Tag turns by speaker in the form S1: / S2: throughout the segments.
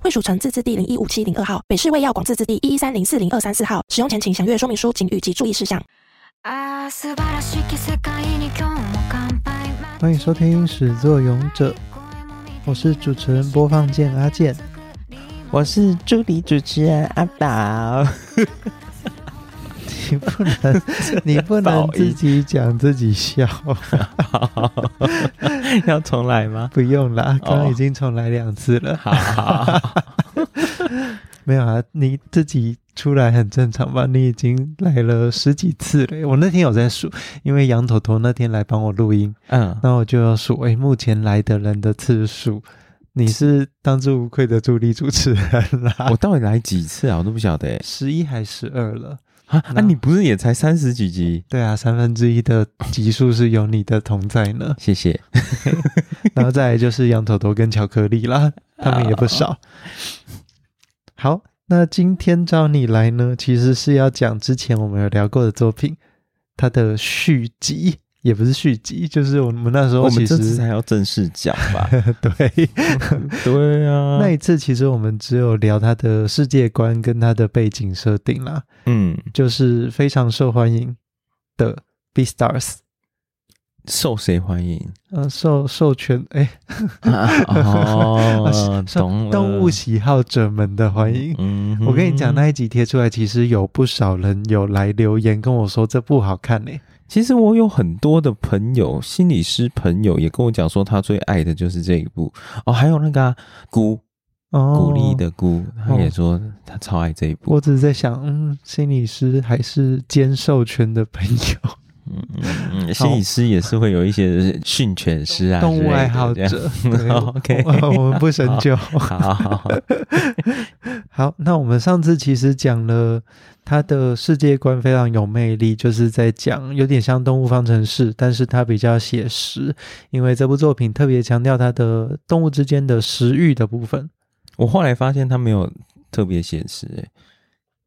S1: 惠蜀城自治地零一五七零二号，北市卫药广自治地一一三零四零二三四号。使用前请详阅说明书警语及注意事项。
S2: あー素晴らしき世界に今日も乾杯
S3: 欢迎收听《始作俑者》，我是主持人播放键阿健。
S4: 我是助理主持人阿宝，
S3: 你不能，你不能自己讲自己笑，
S4: 要重来吗？
S3: 不用
S4: 哦
S3: 啦，刚刚已经重来两次了。
S4: 好好好，
S3: 没有啊，你自己出来很正常吧？你已经来了十几次了。我那天有在数，因为羊头头那天来帮我录音，
S4: 嗯，
S3: 那我就要数，哎，目前来的人的次数。你是当之无愧的助力主持人 啦，
S4: 嗯我到底来几次啊？我都不晓得欸
S3: 十一还十二了。
S4: 啊！
S3: 那
S4: 啊，你不是也才三十几集？，
S3: 对啊，三分之一的集数是有你的同在呢
S4: 谢谢。
S3: 然后再来就是羊头头跟巧克力啦，他们也不少。好，那今天找你来呢，其实是要讲之前我们有聊过的作品，它的续集，也不是续集，就是我们那时候
S4: 我
S3: 其
S4: 们这次才
S3: 实
S4: 要正式讲 吧？
S3: 对，
S4: 对啊，
S3: 那一次其实我们只有聊它的世界观跟它的背景设定啦，
S4: 嗯，
S3: 就是非常受欢迎的 B Stars，
S4: 受谁欢迎？
S3: 嗯、呃，授授权哎。 啊
S4: 哦
S3: 是，是
S4: 懂了
S3: 动物喜好者们的欢迎。
S4: 嗯哼
S3: 我跟你讲，那一集贴出来，其实有不少人有来留言跟我说这不好看欸呢、
S4: 其实我有很多的朋友，心理师朋友也跟我讲说，他最爱的就是这一部哦，还有那个啊菇，
S3: 哦，
S4: 鼓励。的菇，他
S3: 哦
S4: 也说他超爱这一部
S3: 我。只是在想，嗯，心理师还是兼授权的朋友，
S4: 嗯嗯嗯，心理师也是会有一些训犬师啊，
S3: 动物爱好
S4: 之类的
S3: 者。
S4: 这
S3: 对
S4: 样 OK，
S3: 我我们不深究。
S4: 好好好好
S3: 好，那我们上次其实讲了它的世界观非常有魅力，就是在讲有点像《动物方程式》，但是它比较写实，因为这部作品特别强调它的动物之间的食欲的部分，
S4: 我后来发现他没有特别显示、欸，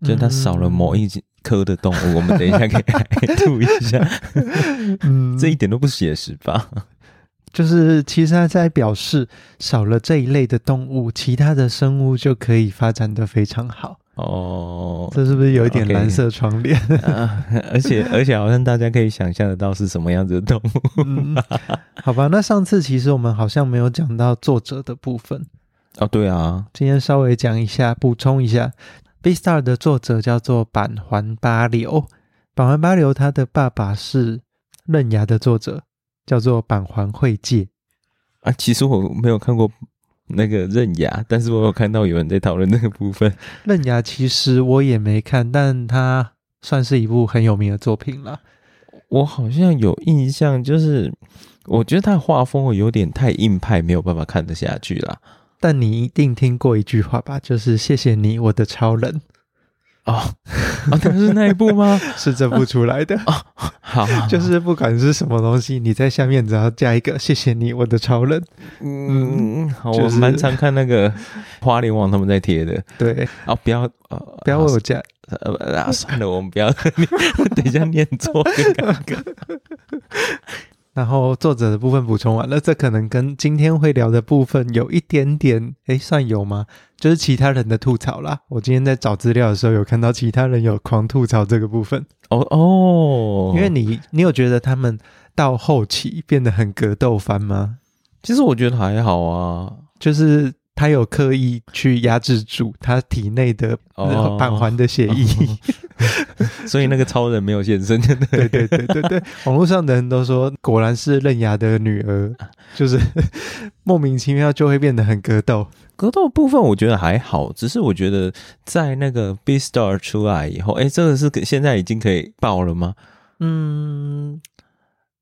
S4: 就是他少
S3: 嗯
S4: 了某一科的动物。我们等一下可以来吐一下，
S3: 嗯，嗯
S4: 这一点都不写实吧？
S3: 就是其实它在表示少了这一类的动物，其他的生物就可以发展的非常好，
S4: 哦。
S3: 这是不是有一点
S4: OK
S3: 蓝色窗帘？
S4: 啊而且而且，好像大家可以想象得到是什么样子的动物
S3: 嗯，好吧，那上次其实我们好像没有讲到作者的部分。
S4: 哦，对啊，
S3: 今天稍微讲一下，补充一下，《B Star》的作者叫做板环八流。板环八流他的爸爸是《刃牙》的作者，叫做板环惠介。
S4: 啊，其实我没有看过那个刃牙，但是我有看到有人在讨论那个部分。
S3: 《刃牙》其实我也没看，但它算是一部很有名的作品了。
S4: 我好像有印象，就是我觉得他的画风有点太硬派，没有办法看得下去啦。
S3: 但你一定听过一句话吧，就是“谢谢你，我的超人
S4: 哦，啊，他是那一部吗？”，
S3: 是这部出来的。
S4: 好，
S3: 就是不管是什么东西，你在下面只要加一个“谢谢你，我的超人
S4: 嗯，好，
S3: 就
S4: 我
S3: 是
S4: 蛮常看那个花莲网他们在贴的”。
S3: 对，
S4: 啊，不要，呃、
S3: 不要为我加，
S4: 呃啊，算了，我们不要， 等一下念错更尴尬。
S3: 然后作者的部分补充完了，这可能跟今天会聊的部分有一点点，诶，算有吗？就是其他人的吐槽啦。我今天在找资料的时候有看到其他人有狂吐槽这个部分，
S4: 哦哦，
S3: 因为你你有觉得他们到后期变得很格斗番吗？
S4: 其实我觉得还好啊。
S3: 就是他有刻意去压制住他体内的
S4: 哦
S3: 板环的血液。
S4: 所以那个超人没有现身，真的
S3: 对对对对对，网络上的人都说，果然是刃牙的女儿，就是莫名其妙就会变得很格斗。
S4: 格斗部分我觉得还好，只是我觉得在那个 B Star 出来以后，哎，这个是现在已经可以爆了吗？
S3: 嗯，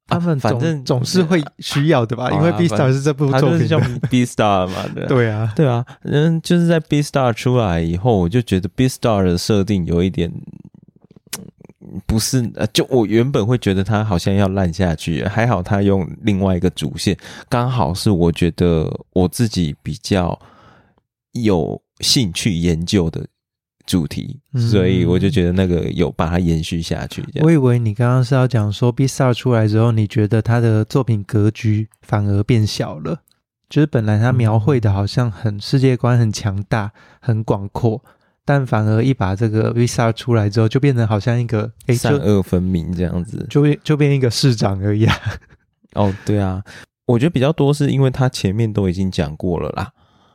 S3: 他们
S4: 反
S3: 总
S4: 正
S3: 总是会需要的吧，
S4: 啊
S3: 因为
S4: 反
S3: B Star 是这部
S4: 他
S3: 作
S4: 就是
S3: 品
S4: 叫
S3: 的，
S4: B Star 嘛， 对啊
S3: 对啊，
S4: 对啊，嗯，就是在 B Star 出来以后，我就觉得 B Star 的设定有一点。嗯不是，呃，就我原本会觉得他好像要烂下去，还好他用另外一个主线，刚好是我觉得我自己比较有兴趣研究的主题，
S3: 嗯
S4: 所以我就觉得那个有把它延续下去。这样
S3: 我以为你刚刚是要讲说 B Star 出来之后，你觉得他的作品格局反而变小了，就是本来他描绘的好像很世界观很强大、很广阔，但反而一把这个 B Star 出来之后，就变成好像一个诶，
S4: 善
S3: 就
S4: 恶分明这样子，
S3: 就变就变一个市长而已啊。
S4: 哦，对啊，我觉得比较多是因为他前面都已经讲过了啦，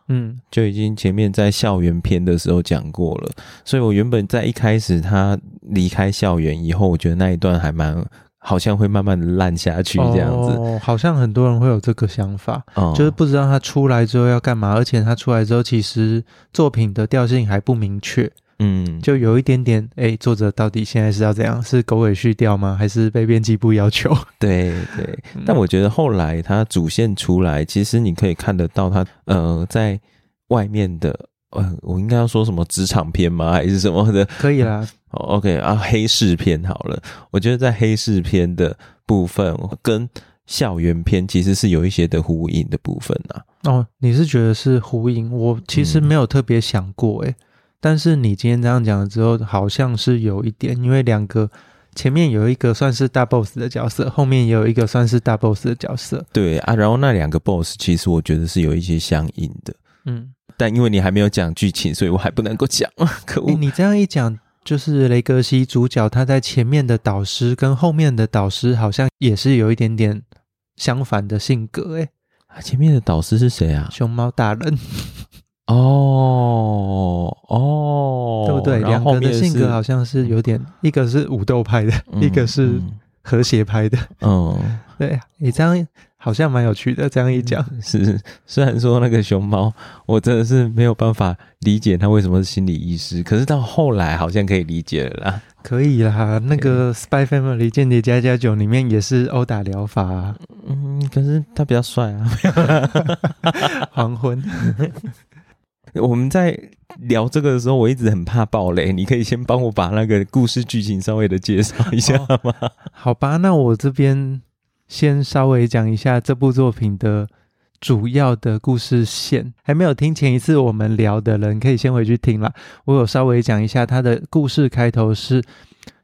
S3: 嗯，
S4: 就已经前面在校园篇的时候讲过了，所以我原本在一开始他离开校园以后，我觉得那一段还蛮好像会慢慢的烂下去这样子，
S3: 哦，好像很多人会有这个想法，
S4: 哦
S3: 就是不知道他出来之后要干嘛，而且他出来之后，其实作品的调性还不明确。
S4: 嗯，
S3: 就有一点点，哎、作者到底现在是要怎样？是狗尾续貂吗？还是被编辑部要求？
S4: 对对，
S3: 嗯
S4: 但我觉得后来他主线出来，其实你可以看得到他呃在外面的。呃，我应该要说什么职场片吗？还是什么的？
S3: 可以啦，
S4: 哦，OK 啊， 黑市片好了，我觉得在黑市片的部分跟校园片其实是有一些的呼应的部分啊。
S3: 哦，你是觉得是呼应？我其实
S4: 嗯
S3: 没有特别想过、诶哎、但是你今天这样讲了之后，好像是有一点，因为两个前面有一个算是大 boss 的角色，后面也有一个算是大 boss 的角色，
S4: 对啊，然后那两个 BOSS 其实我觉得是有一些相应的，
S3: 嗯，
S4: 但因为你还没有讲剧情，所以我还不能够讲，啊可恶。
S3: 哎、你这样一讲。就是雷格西主角他在前面的导师跟后面的导师好像也是有一点点相反的性格诶、
S4: 啊前面的导师是谁啊？
S3: 熊猫大人。
S4: 哦哦，
S3: 对不对？
S4: 然
S3: 两
S4: 后
S3: 个
S4: 后面嗯
S3: 的性格好
S4: 像
S3: 像是有点，一个是武斗派的， 一个是和谐派 的。
S4: 嗯。嗯
S3: 对，你这样好像蛮有趣的。这样一讲，
S4: 是，虽然说那个熊猫，我真的是没有办法理解他为什么是心理医师，可是到后来好像可以理解了啦。
S3: 可以啦。那个《Spy Family》间谍加加九里面也是殴打疗法、 啊、
S4: 嗯，可是他比较帅啊。
S3: 黄昏。
S4: 我们在聊这个的时候，我一直很怕暴雷，你可以先帮我把那个故事剧情稍微的介绍一
S3: 哦
S4: 下吗？
S3: 好吧，那我这边先稍微讲一下这部作品的主要的故事线。还没有听前一次我们聊的人，可以先回去听啦。我有稍微讲一下它的故事开头是。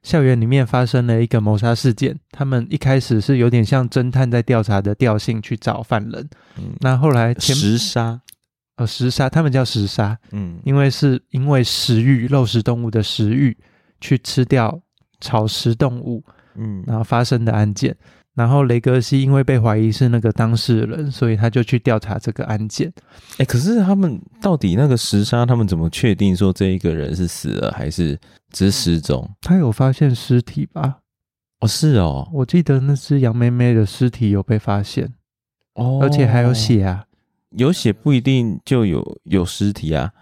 S3: 校园里面发生了一个谋杀事件，他们一开始是有点像侦探在调查的调性去找犯人，
S4: 嗯
S3: 那后来前
S4: 时杀，
S3: 呃食杀，他们叫食杀，
S4: 嗯
S3: 因为是因为食欲肉食动物的食欲去吃掉草食动物，
S4: 嗯
S3: 然后发生的案件。然后雷格西因为被怀疑是那个当事人，所以他就去调查这个案件。
S4: 哎、可是他们到底那个时杀，他们怎么确定说这一个人是死了还是只是失踪？
S3: 他有发现尸体吧？
S4: 哦，是哦，
S3: 我记得那只杨妹妹的尸体有被发现，
S4: 哦，
S3: 而且还有，血啊。
S4: 有血不一定就有有尸体啊，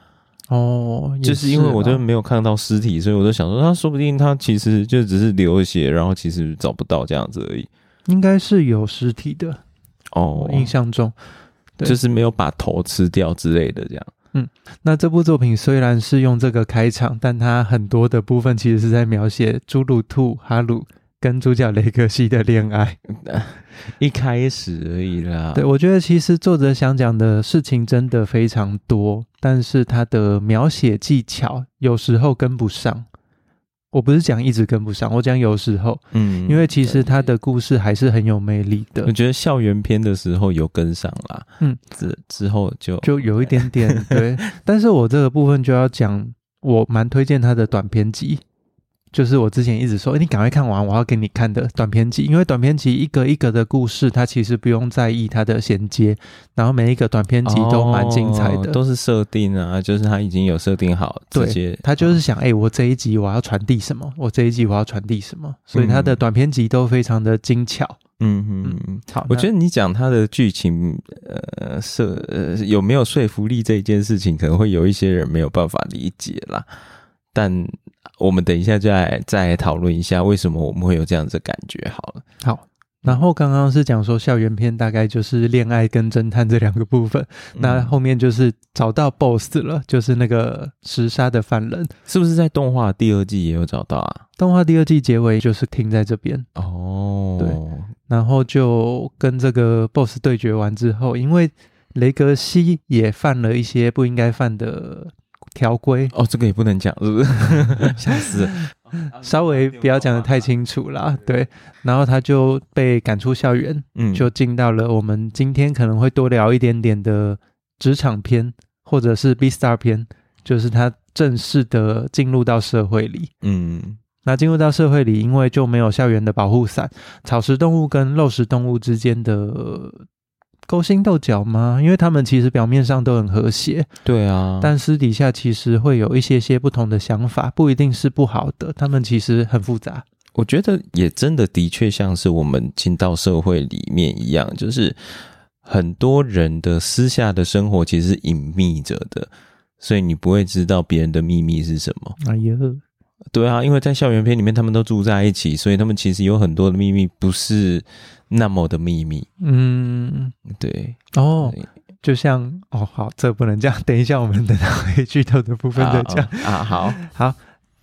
S3: 哦，
S4: 就
S3: 也是
S4: 是因为我
S3: 啦
S4: 就没有看到尸体，所以我就想说，他说不定他其实就只是流血，然后其实找不到这样子而已。
S3: 应该是有尸体的，
S4: 哦
S3: 我，印象中。对
S4: 就是没有把头吃掉之类的这样。
S3: 那这部作品虽然是用这个开场，但它很多的部分其实是在描写朱鲁兔哈鲁跟主角雷格西的恋爱。
S4: 一开始而已啦。
S3: 对，，我觉得其实作者想讲的事情真的非常多，但是他的描写技巧有时候跟不上。我不是讲一直跟不上，我讲有时候，
S4: 嗯
S3: 因为其实
S4: 对
S3: 他的故事还是很有魅力的
S4: 我，觉得校园篇的时候有跟上啦，
S3: 嗯，
S4: 之之后就
S3: 就有一点点 对。但是我这个部分就要讲，我蛮推荐他的短篇集，就是我之前一直说，诶哎你赶快看完，我要给你看的短篇集，因为短篇集一个一个的故事，它其实不用在意它的衔接，然后每一个短篇集都蛮精彩的
S4: 哦，都是设定啊，就是他已经有设定好，直接
S3: 对，他就是想，哎、我这一集我要传递什么？我这一集我要传递什么？所以他的
S4: 嗯
S3: 短篇集都非常的精巧。
S4: 嗯嗯嗯。
S3: 好，
S4: 我觉
S3: 得
S4: 得你讲他的剧情，呃，设呃有没有说服力这一件事情，可能会有一些人没有办法理解啦。但我们等一下再来再来讨论一下，为什么我们会有这样子的感觉好了。
S3: 好，然后刚刚是讲说校园片大概就是恋爱跟侦探这两个部分，
S4: 嗯
S3: 那后面就是找到 BOSS 了，就是那个食杀的犯人。
S4: 是不是在动画第二季也有找到啊？
S3: 动画第二季结尾就是停在这边，
S4: 哦，对，
S3: 然后就跟这个 BOSS 对决完之后，因为雷格西也犯了一些不应该犯的条规，
S4: 哦，这个也不能讲，是不是？吓死了！
S3: 稍微不要讲的太清楚啦。对，然后他就被赶出校园，
S4: 嗯，
S3: 就进到了我们今天可能会多聊一点点的职场篇，或者是 B Star 篇，就是他正式的进入到社会里。
S4: 嗯
S3: 那进入到社会里，因为就没有校园的保护伞，草食动物跟肉食动物之间的呃勾心斗角吗？因为他们其实表面上都很和谐，
S4: 对啊，
S3: 但私底下其实会有一些些不同的想法，不一定是不好的，他们其实很复杂。
S4: 我觉得也真的的确像是我们进到社会里面一样，就是很多人的私下的生活其实是隐秘着的，所以你不会知道别人的秘密是什么。
S3: 哎呦，
S4: 对啊，因为在校园片里面他们都住在一起，所以他们其实有很多的秘密不是那么的秘密。
S3: 嗯，
S4: 对，
S3: 哦，就像哦，好，这不能讲，等一下我们等到回剧透的部分再讲。
S4: 啊啊好，
S3: 好，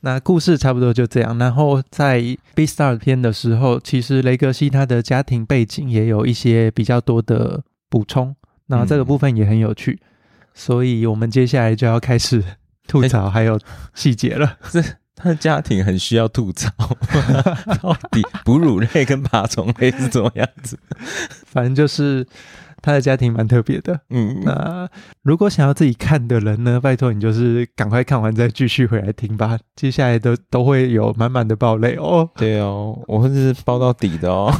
S3: 那故事差不多就这样。然后在《B Star》篇的时候，其实雷格西他的家庭背景也有一些比较多的补充，那这个部分也很有趣。所以我们接下来就要开始吐槽还有细节了。
S4: 他的家庭很需要吐槽， 到底哺乳类跟爬虫类是怎么样子？
S3: 反正就是他的家庭蛮特别的。
S4: 嗯，
S3: 那如果想要自己看的人呢，拜托你就是赶快看完再继续回来听吧，接下来都都会有满满的爆雷哦。
S4: 对哦，我会是包到底的哦。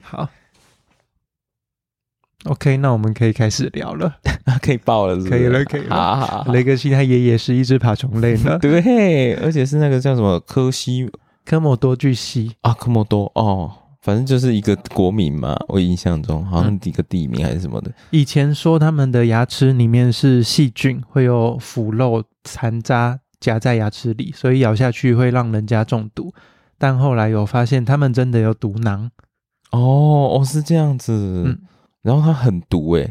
S3: 好，OK，那我们可以开始聊了。
S4: 可以爆了是不是，
S3: 可以了可以了
S4: 好好好，
S3: 雷格西他爷爷是一只爬虫类呢
S4: 对，而且是那个叫什么科西
S3: 科莫多巨蜥。
S4: 啊科莫多哦，反正就是一个国民嘛，我印象中好像一个地名还是什么的。
S3: 以前说他们的牙齿里面是细菌，会有腐肉残渣夹在牙齿里，所以咬下去会让人家中毒。但后来有发现，他们真的有毒囊，
S4: 哦哦，是这样子。
S3: 嗯
S4: 然后它很毒欸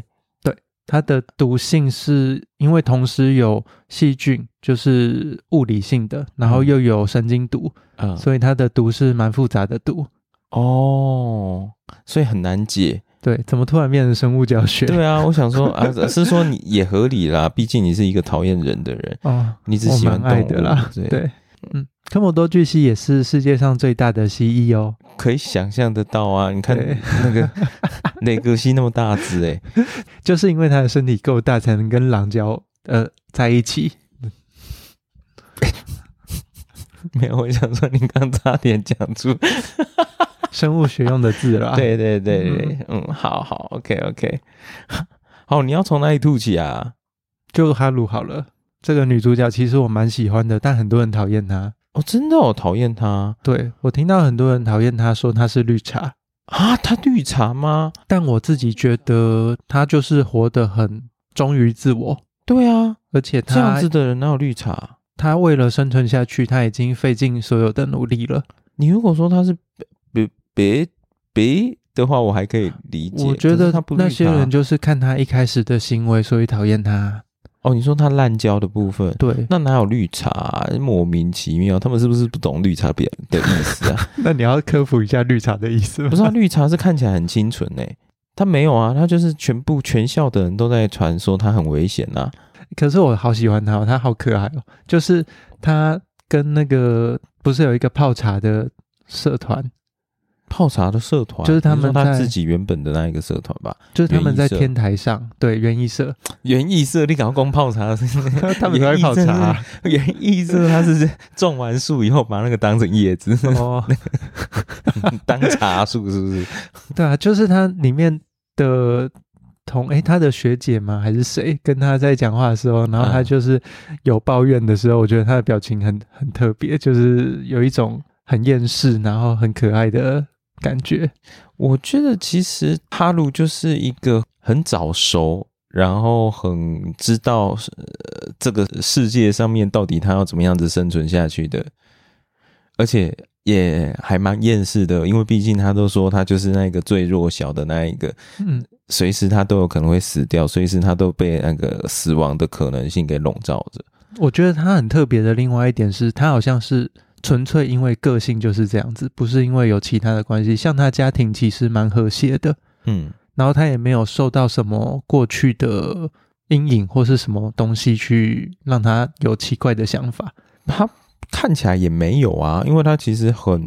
S4: 诶、
S3: 它的毒性是因为同时有细菌，就是物理性的，然
S4: 嗯
S3: 后又有神经毒，
S4: 啊、
S3: 所以它的毒是蛮复杂的毒。
S4: 哦，所以很难解。
S3: 对，怎么突然变成生物教学？
S4: 对啊，我想说啊， 是说你也合理啦，毕竟你是一个讨厌人的人，
S3: 哦，
S4: 你只
S3: 我
S4: 喜欢
S3: 蛮爱
S4: 动物
S3: 的啦，
S4: 对，
S3: 对，嗯，科莫多巨蜥也是世界上最大的蜥蜴哦。
S4: 可以想象得到啊。你看
S3: 对
S4: 那个 哪个蜥那么大只欸诶、
S3: 就是因为它的身体够大，才能跟狼交呃在一起。
S4: 没有，我想说你刚差点讲出，
S3: 生物学用的字啦，，
S4: 对对对对，嗯，好好，OK OK，好，你要从哪里吐起啊？
S3: 就哈鲁好了。这个女主角其实我蛮喜欢的，但很多人讨厌她。
S4: 哦，真的哦，讨厌他
S3: 对我听到很多人讨厌她，说她是绿茶，
S4: 啊？他绿茶吗？
S3: 但我自己觉得她就是活得很忠于自我，
S4: 对啊，
S3: 而且
S4: 这样
S3: 她
S4: 子的人哪有绿茶？
S3: 她为了生存下去，她已经费尽所有的努力了。
S4: 你如果说他是别别别的话，我还可以理解。
S3: 我觉
S4: 可
S3: 得
S4: 是他不绿茶
S3: 那些人就是看她一开始的行为，所以讨厌她。
S4: 哦，你说他滥交的部分，
S3: 对，
S4: 那哪有绿茶啊、莫名其妙，他们是不是不懂绿茶表的意思啊？
S3: 那你要科普一下绿茶的意 思吗
S4: 不是、啊，绿茶是看起来很清纯诶、他没有啊，他就是全部全校的人都在传说他很危险啊呐、
S3: 可是我好喜欢他、哦，他好可爱哦。就是他跟那个不是有一个泡茶的社团，
S4: 泡茶的社团
S3: 就是他们
S4: 你说他
S3: 在
S4: 自己原本的那一个社团吧，
S3: 就是他们在
S4: 园艺社
S3: 天台上，对园艺社，
S4: 园艺社，你赶快光泡茶，
S3: 他们都在泡茶 啊、
S4: 园艺社他是 种完树以后把那个当成叶子
S3: 哦。
S4: 当茶树，是不是？
S3: 对啊，就是他里面的同诶，他的学姐吗？还是谁跟他在讲话的时候，然后他
S4: 嗯
S3: 就是有抱怨的时候，我觉得他的表情很很特别，就是有一种很厌世，然后很可爱的感觉。
S4: 我觉得其实哈鲁就是一个很早熟，然后很知道、呃、这个世界上面到底他要怎么样子生存下去的。而且也还蛮厌世的，因为毕竟他都说他就是那个最弱小的那一个，
S3: 嗯，
S4: 随时他都有可能会死掉，随时他都被那个死亡的可能性给笼罩着。
S3: 我觉得他很特别的另外一点是，他好像是纯粹因为个性就是这样子，不是因为有其他的关系。像他家庭其实蛮和谐的，
S4: 嗯，
S3: 然后他也没有受到什么过去的阴影或是什么东西去让他有奇怪的想法。
S4: 他看起来也没有啊，因为他其实很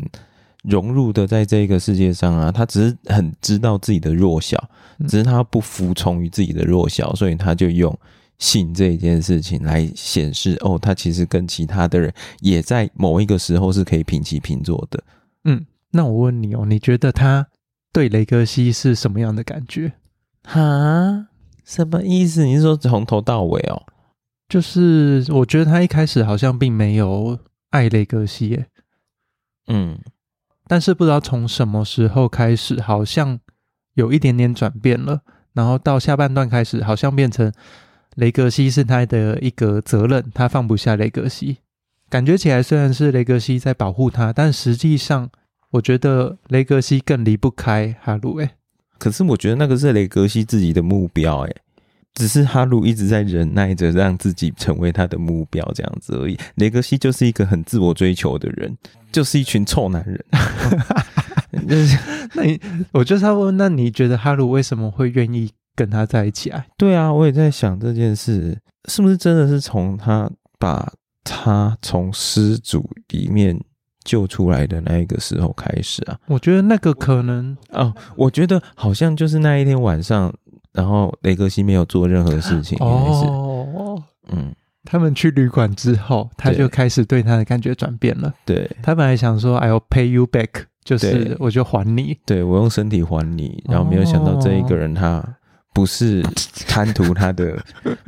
S4: 融入的在这个世界上啊，他只是很知道自己的弱小，
S3: 嗯
S4: 只是他不服从于自己的弱小，所以他就用性这一件事情来显示哦，他其实跟其他的人也在某一个时候是可以平起平坐的。
S3: 那我问你哦，你觉得他对雷格西是什么样的感觉？
S4: 哈，什么意思？你是说从头到尾哦？
S3: 就是我觉得他一开始好像并没有爱雷格西耶，
S4: 嗯，
S3: 但是不知道从什么时候开始，好像有一点点转变了。然后到下半段开始，好像变成雷格西是他的一个责任，他放不下雷格西。感觉起来虽然是雷格西在保护他，但实际上我觉得雷格西更离不开哈鲁诶。
S4: 可是我觉得那个是雷格西自己的目标、欸，只是哈鲁一直在忍耐着让自己成为他的目标这样子而已。雷格西就是一个很自我追求的人，就是一群臭男人。就是
S3: 那你我就是要问，那你觉得哈鲁为什么会愿意跟他在一起啊？
S4: 对啊，我也在想这件事，是不是真的是从他把他从失主里面救出来的那一个时候开始啊？
S3: 我觉得那个可能
S4: 哦，我觉得好像就是那一天晚上，然后雷格西没有做任何事情，也
S3: 哦，
S4: 是嗯，
S3: 他们去旅馆之后，他
S4: 对
S3: 就开始对他的感觉转变了。
S4: 对。
S3: 他本来想说 I'll pay you back，就是
S4: 对
S3: 我就还你。
S4: 对我用身体还你，然后没有想到这一个人他不是贪图他的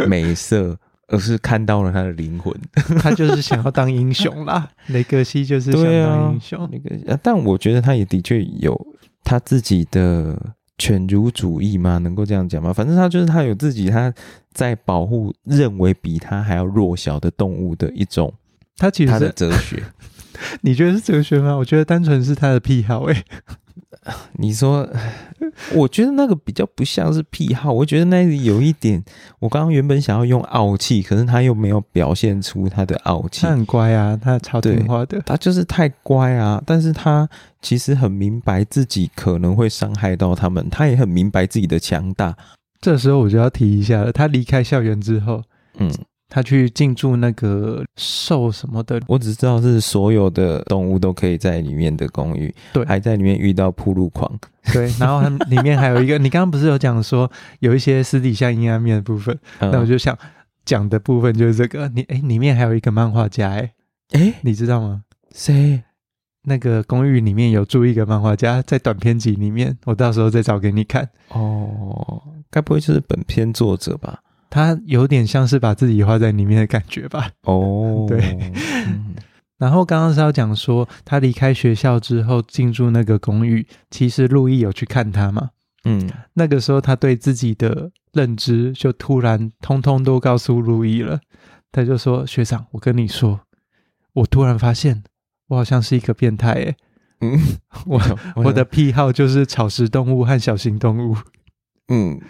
S4: 美色，而是看到了他的灵魂。
S3: 他就是想要当英雄啦，雷格西就是想
S4: 对啊
S3: 当英雄。
S4: 那个，啊但我觉得他也的确有他自己的犬儒主义嘛，能够这样讲吗？反正他就是他有自己他在保护认为比他还要弱小的动物的一种
S3: 他其
S4: 他的
S3: 实
S4: 哲学。
S3: 你觉得是哲学吗？我觉得单纯是他的癖好、欸。
S4: 你说， 我觉得那个比较不像是癖好，我觉得那里有一点，我刚刚原本想要用傲气，可是他又没有表现出他的傲气
S3: 他，很乖啊，他超听话的。
S4: 他就是太乖啊。但是他其实很明白自己可能会伤害到他们，他也很明白自己的强大。
S3: 这时候我就要提一下了，他离开校园之后，
S4: 嗯，
S3: 他去进驻那个兽什么的，
S4: 我只知道是所有的动物都可以在里面的公寓，
S3: 对
S4: 还在里面遇到铺路狂，
S3: 对，然后他们里面还有一个，你刚刚不是有讲说有一些私底下阴暗面的部分，
S4: 嗯
S3: 那我就想讲的部分就是这个。你哎、里面还有一个漫画家、欸，
S4: 诶
S3: 你知道吗？
S4: 谁？
S3: 那个公寓里面有住一个漫画家，在短篇集里面，我到时候再找给你看。
S4: 哦，该不会就是本片作者吧？
S3: 他有点像是把自己画在里面的感觉吧。
S4: 哦，
S3: 对
S4: 嗯
S3: 然后刚刚是要讲说，他离开学校之后进入那个公寓，其实路易有去看他嘛。
S4: 嗯，
S3: 那个时候他对自己的认知就突然通通都告诉路易了。他就说：“学长，我跟你说，我突然发现我好像是一个变态诶、
S4: 嗯，
S3: 我 我的癖好就是草食动物和小型动物。”
S4: 嗯，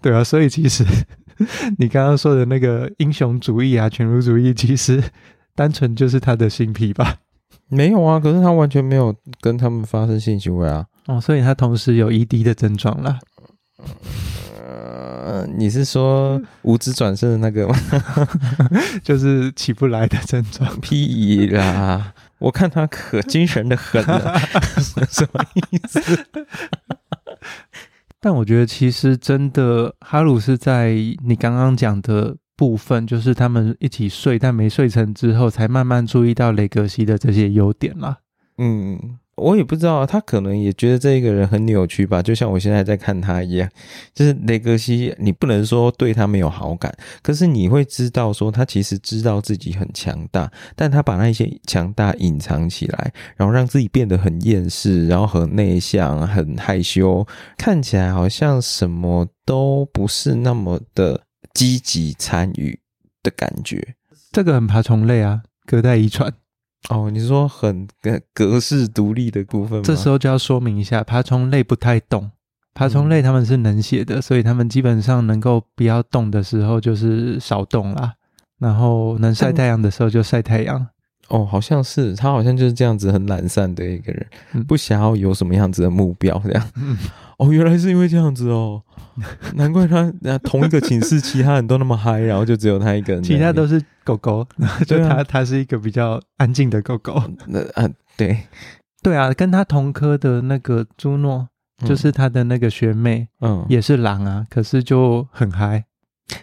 S3: 对啊，所以其实 你刚刚说的那个英雄主义啊、犬儒主义，其实单纯就是他的性癖吧。
S4: 没有啊，可是他完全没有跟他们发生性行为啊。
S3: 哦，所以他同时有 ED 的症状啦。
S4: 呃，你是说无知转身的那 个吗？
S3: 就是起不来的症状。
S4: 屁啦！我看他可精神的很 了，什么意思？
S3: 但我觉得其实真的，哈鲁是在你刚刚讲的部分，就是他们一起睡，但没睡成之后，才慢慢注意到雷格西的这些优点啦。
S4: 嗯，我也不知道啊，他可能也觉得这个人很扭曲吧，就像我现在在看他一样。就是雷格西，你不能说对他没有好感，可是你会知道说他其实知道自己很强大，但他把那一些强大隐藏起来，然后让自己变得很厌世，然后很内向、很害羞，看起来好像什么都不是那么的积极参与的感觉。
S3: 这个很爬虫类啊，隔代遗传。
S4: 哦，你说很格格式独立的部分吗？
S3: 这时
S4: 候
S3: 候就要说明一下，爬虫类不太动。爬虫
S4: 嗯
S3: 类它们是能写的，所以它们基本上能够不要动的时候就是少动啦，然后能晒
S4: 但
S3: 太阳的时候就晒太阳。
S4: 哦，好像是他，好像就是这样子很懒散的一个人，
S3: 嗯
S4: 不想要有什么样子的目标这样。
S3: 嗯
S4: 哦，原来是因为这样子哦，难怪他那同一个寝室其他人都那么嗨，然后就只有他一个人在那
S3: 其
S4: 里，
S3: 他都是狗狗，然后 就
S4: 对啊
S3: 它它是一个比较安静的狗狗。
S4: 那啊对，
S3: 对啊，跟它同科的那个朱诺，
S4: 嗯
S3: 就是它的那个学妹，
S4: 嗯，
S3: 也是狼啊，可是就很嗨。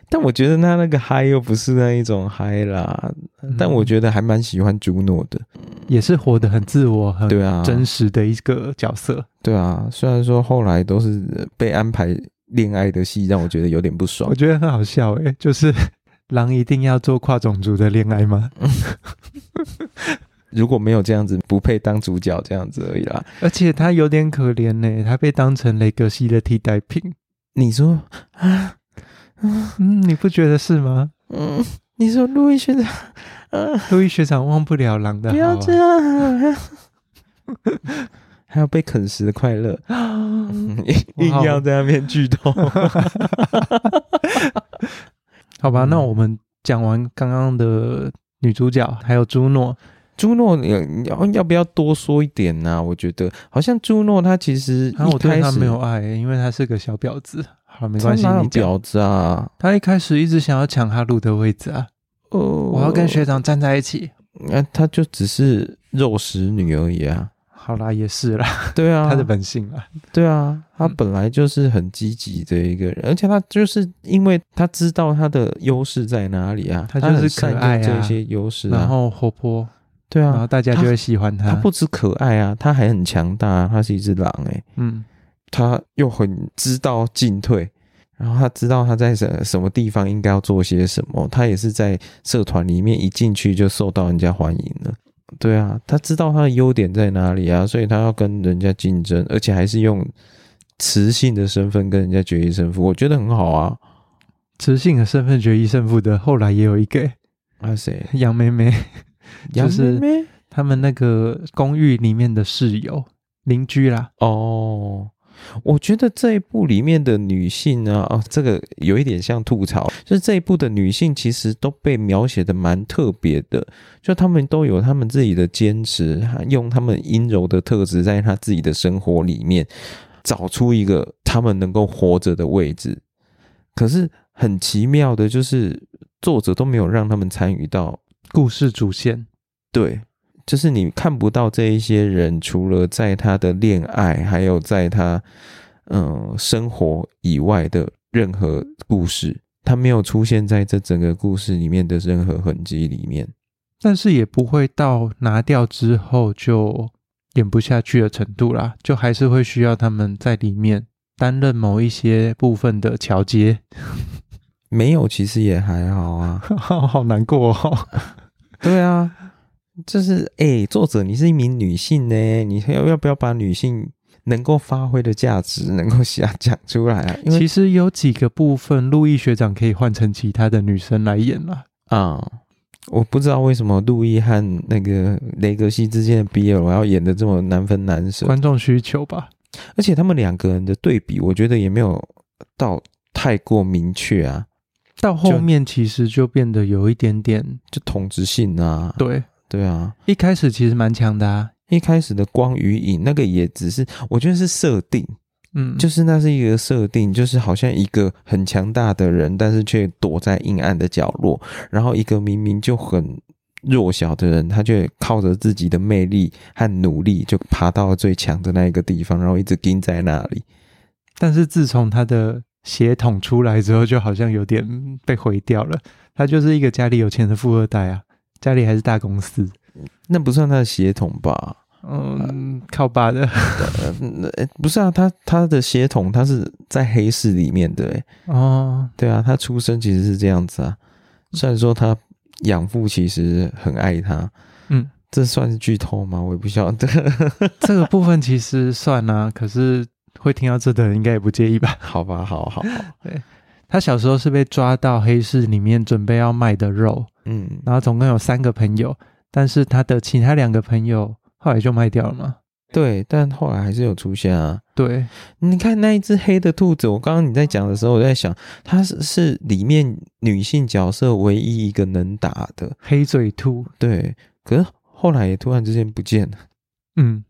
S4: 但我觉得他那个嗨又不是那一种嗨啦，但我
S3: 得
S4: 觉得还蛮喜欢朱诺的，
S3: 嗯也是活得很自我、很
S4: 对啊，
S3: 呃真实的一个角色。
S4: 对啊，虽然说后来都是呃被安排恋爱的戏，让我觉得有点不爽
S3: 我。觉得很好笑诶、就是 狼一定要做跨种族的恋爱吗？
S4: 嗯如果没有这样子，不配当主角这样子而已啦。
S3: 而且它有点可怜呢、它被当成雷格西的替代品。
S4: 你说，
S3: 嗯，你不觉得是吗？
S4: 嗯，你说陆毅学 长，嗯，
S3: 路易学长忘不了狼的
S4: 不
S3: 好、
S4: 要
S3: 啊。
S4: 这样，还有被啃食的快乐， 嗯硬
S3: 哇
S4: 要在那边剧透。
S3: 好吧，
S4: 嗯
S3: 那我们讲完刚刚的女主角，还有朱诺，
S4: 朱诺，你你要要不要多说一点呢、我觉得好像朱诺他其实
S3: 然后
S4: 一
S3: 啊我对
S4: 开
S3: 她
S4: 始
S3: 没有爱、欸因为她是个小婊子。好了，没
S4: 没
S3: 关系，你讲。
S4: 婊子啊，
S3: 她一开始一直想要抢哈鲁的位置啊，
S4: 哦，
S3: 我
S4: 我
S3: 要跟学长站在一起。
S4: 那、她呃啊就只是肉食女而 已啊。
S3: 好啦，也是啦，
S4: 对啊，
S3: 她的本性啦。
S4: 对啊，她
S3: 嗯
S4: 本来就是很积极的一个人，而且她就是因为她知道她的优势在哪里啊，
S3: 她
S4: 她
S3: 就是
S4: 很善
S3: 可爱啊
S4: 用这些优势
S3: 然
S4: 啊。
S3: 后活泼，
S4: 对
S3: 然
S4: 啊
S3: 后，大家就会喜欢她。
S4: 她不止可爱啊，她还很强大、啊，她是一只狼哎、
S3: 嗯，
S4: 她又很知道进退。然后她知道她在什什么地方应该要做些什么，她也是在社团里面一进去就受到人家欢迎了。对啊，她知道她的优点在哪里啊，所以她要跟人家竞争，而且还是用雌性的身份跟人家决一胜负，我觉得很好啊。
S3: 雌性的身份决一胜负的，后来也有一个
S4: 啊谁？
S3: 杨妹妹，就是
S4: 杨妹妹
S3: 他们那个公寓里面的室友邻居啦。
S4: 哦，我觉得这一部里面的女性呢，哦，这个有一点像吐槽，就是这一部的女性其实都被描写的蛮特别的，就她们都有她们自己的坚持，用她们阴柔的特质，在她自己的生活里面找出一个她们能够活着的位置。可是很奇妙的，就是作者都没有让她们参与到
S3: 故事主线，
S4: 对，就是你看不到这一些人，除了在他的恋爱，还有在他嗯、呃生活以外的任何故事，他没有出现在这整个故事里面的任何痕迹里面。
S3: 但是也不会到拿掉之后就演不下去的程度啦，就还是会需要他们在里面担任某一些部分的桥接，。
S4: 没有，其实也还好啊
S3: 好 好难过哦。
S4: 对啊，就是哎、作者你是一名女性呢，你要要不要把女性能够发挥的价值能够想讲出来啊？因 为
S3: 其实有几个部分，陆毅学长可以换成其他的女生来演啦。
S4: 啊、我不知道为什么陆毅和那个雷格西之间的 BL 要演的这么难分难舍，
S3: 观众需求吧。
S4: 而且他们两个人的对比，我觉得也没有到太过明确啊，
S3: 到后
S4: 就
S3: 面其实就变得有一点点
S4: 就同质性啊，
S3: 对，
S4: 对啊，
S3: 一开始其实蛮强的啊，
S4: 一开始的光与影那个也只是，我觉得是设定，
S3: 嗯，
S4: 就是那是一个设定，就是好像一个很强大的人，但是却躲在阴暗的角落，然后一个明明就很弱小的人，他却靠着自己的魅力和努力，就爬到最强的那一个地方，然后一直盯在那里。
S3: 但是自从他的血统出来之后，就好像有点被毁掉了。他就是一个家里有钱的富二代啊，家里还是大公司，
S4: 那不算他的血统吧？
S3: 嗯，靠爸的
S4: 呃，呃不是啊，他他的血统他是在黑市里面的、欸，
S3: 哦，
S4: 对啊，他出生其实是这样子啊。虽然说他养父其实很爱他，
S3: 嗯，
S4: 这算是剧透吗？我也不晓得。
S3: 这个部分其实算 啊，可是会听到这的人应该也不介意吧？
S4: 好吧，好好，
S3: 他小时候是被抓到黑市里面准备要卖的肉，
S4: 嗯，
S3: 然后总共有三个朋友，但是他的其他两个朋友后来就卖掉了嘛。
S4: 对，但后来还是有出现啊。
S3: 对，
S4: 你看那一只黑的兔子，我刚刚你在讲的时候，我在想，它是是里面女性角色唯一一个能打的，
S3: 黑嘴兔，
S4: 对。可是后来也突然之间不见了，
S3: 嗯，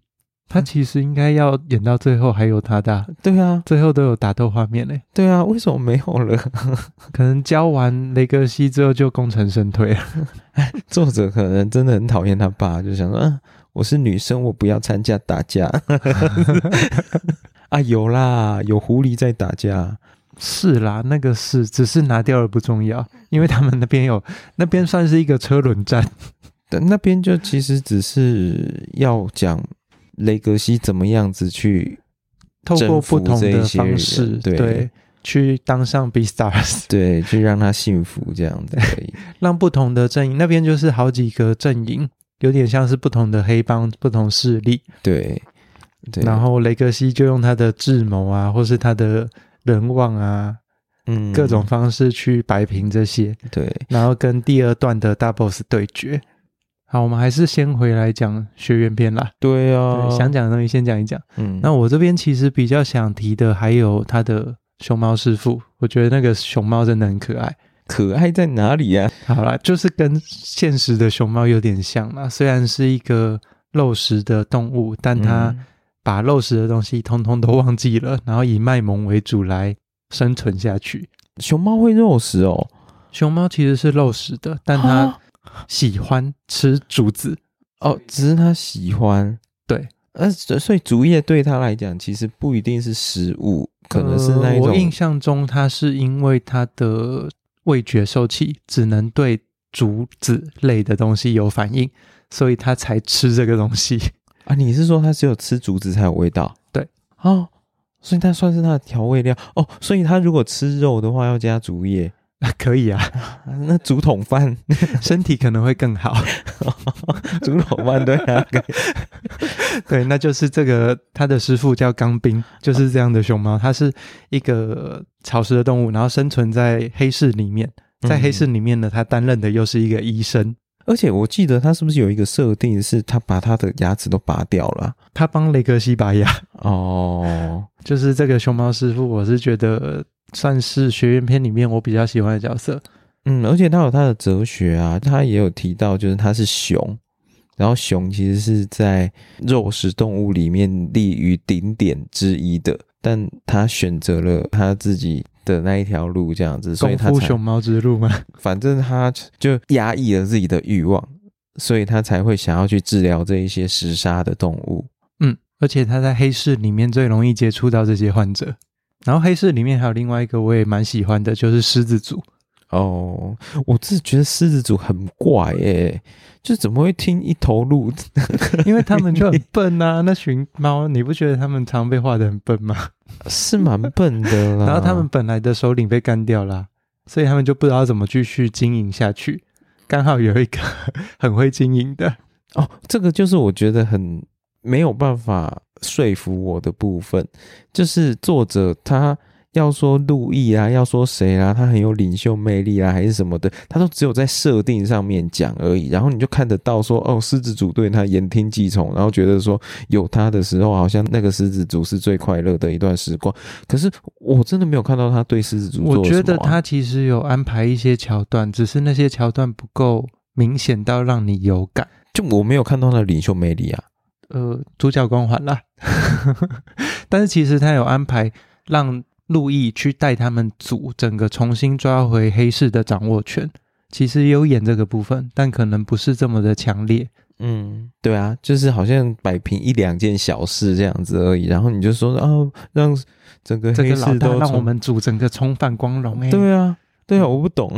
S3: 他其实应该要演到最后还有他的啊，
S4: 对啊，
S3: 最后都有打斗画面嘞。
S4: 对啊，为什么没有了？
S3: 可能教完雷格西之后就功成身退了。
S4: 作者可能真的很讨厌他爸，就想说，啊、我是女生，我不要参加打架。 啊，有啦，有狐狸在打架。
S3: 是啦，那个是只是拿掉了不重要，因为他们那边有那边算是一个车轮战。
S4: 但那边就其实只是要讲雷格西怎么样子去，
S3: 透过不同的方式，
S4: 征服这一些人对
S3: 去当上 B stars，
S4: 对，去让他幸福这样子而已。
S3: 让不同的阵营那边就是好几个阵营，有点像是不同的黑帮、不同势力。
S4: 对，对，
S3: 然后雷格西就用他的智谋啊，或是他的人望啊，
S4: 嗯
S3: 各种方式去摆平这些，
S4: 对，
S3: 然后跟第二段的大 boss 对决。好，我们还是先回来讲学员篇啦。
S4: 对啊，
S3: 对，想讲的东西先讲一讲。
S4: 嗯，
S3: 那我这边其实比较想提的还有他的熊猫师傅，我觉得那个熊猫真的很可爱。
S4: 可爱在哪里啊呀、
S3: 好啦，就是跟现实的熊猫有点像啦，虽然是一个肉食的动物，但它
S4: 嗯
S3: 把肉食的东西通通都忘记了，然后以卖萌为主来生存下去。
S4: 熊猫会肉食哦，
S3: 熊猫其实是肉食的，但它喜欢吃竹子，
S4: 哦，只是他喜欢。
S3: 对，
S4: 呃，所所以竹叶对他来讲，其实不一定是食物，可能是那
S3: 呃
S4: 一种
S3: 我印象中，它是因为它的味觉受器只能对竹子类的东西有反应，所以它才吃这个东西。
S4: 啊。你是说它只有吃竹子才有味道？
S3: 对
S4: 啊、哦，所以它算是它的调味料哦。所以它如果吃肉的话，要加竹叶，
S3: 可以啊，
S4: 啊那竹筒饭，
S3: 身体可能会更好。
S4: 竹筒饭对啊，可以
S3: 对，那就是这个他的师傅叫钢兵，就是这样的熊猫，它是一个草食的动物，然后生存在黑市里面。在黑市里面呢，他担任的又是一个医生，
S4: 而且我记得它是不是有一个设定，是它把它的牙齿都拔掉了
S3: 他帮雷格西拔牙。
S4: 啊？哦，
S3: 就是这个熊猫师傅，我是觉得算是学院片里面我比较喜欢的角色。
S4: 嗯，而且它有它的哲学啊，它也有提到，就是它是熊，然后熊其实是在肉食动物里面立于顶点之一的，但它选择了它自己的那一条路，这样子，所以
S3: 功
S4: 它
S3: 夫
S4: 才
S3: 熊，猫之路嘛，
S4: 反正它就压抑了自己的欲望，所以它才会想要去治疗这一些食杀的动物。
S3: 嗯，而且他在黑市里面最容易接触到这些患者。然后黑市里面还有另外一个我也蛮喜欢的，就是狮子 族。
S4: 哦，我自己觉得狮子族很怪耶、就怎么会听一头鹿？
S3: 因为他们就很笨啊，那群猫，你不觉得他们常被画的很笨吗？
S4: 是蛮笨的啦。
S3: 然后他们本来的首领被干掉啦，所以他们就不知道怎么继续经营下去。刚好有一个 很会经营的，
S4: 哦，这个就是我觉得很没有办法说服我的部分，就是作者他要说陆毅啊，要说谁啊，他很有领袖魅力啊，还是什么的，他都只有在设定上面讲而已。然后你就看得到说，哦，狮子组对他言听计从，然后觉得说有他的时候，好像那个狮子组是最快乐的一段时光。可是我真的没有看到他对狮子组做
S3: 我觉得
S4: 什么啊
S3: 他其实有安排一些桥段，只是那些桥段不够明显到让你有感。
S4: 就我没有看到他的领袖魅力啊。
S3: 呃，主角光环啦， 但是其实他有安排让陆毅去带他们组整个重新抓回黑市的掌握权，其实有演这个部分，但可能不是这么的强烈。
S4: 嗯，对啊，就是好像摆平一两件小事这样子而已，然后你就说哦，让整个
S3: 这
S4: 黑
S3: 个老
S4: 市
S3: 大
S4: 都
S3: 让
S4: 重
S3: 我们组整个重返光荣哎、欸，
S4: 对啊，对啊，我不懂，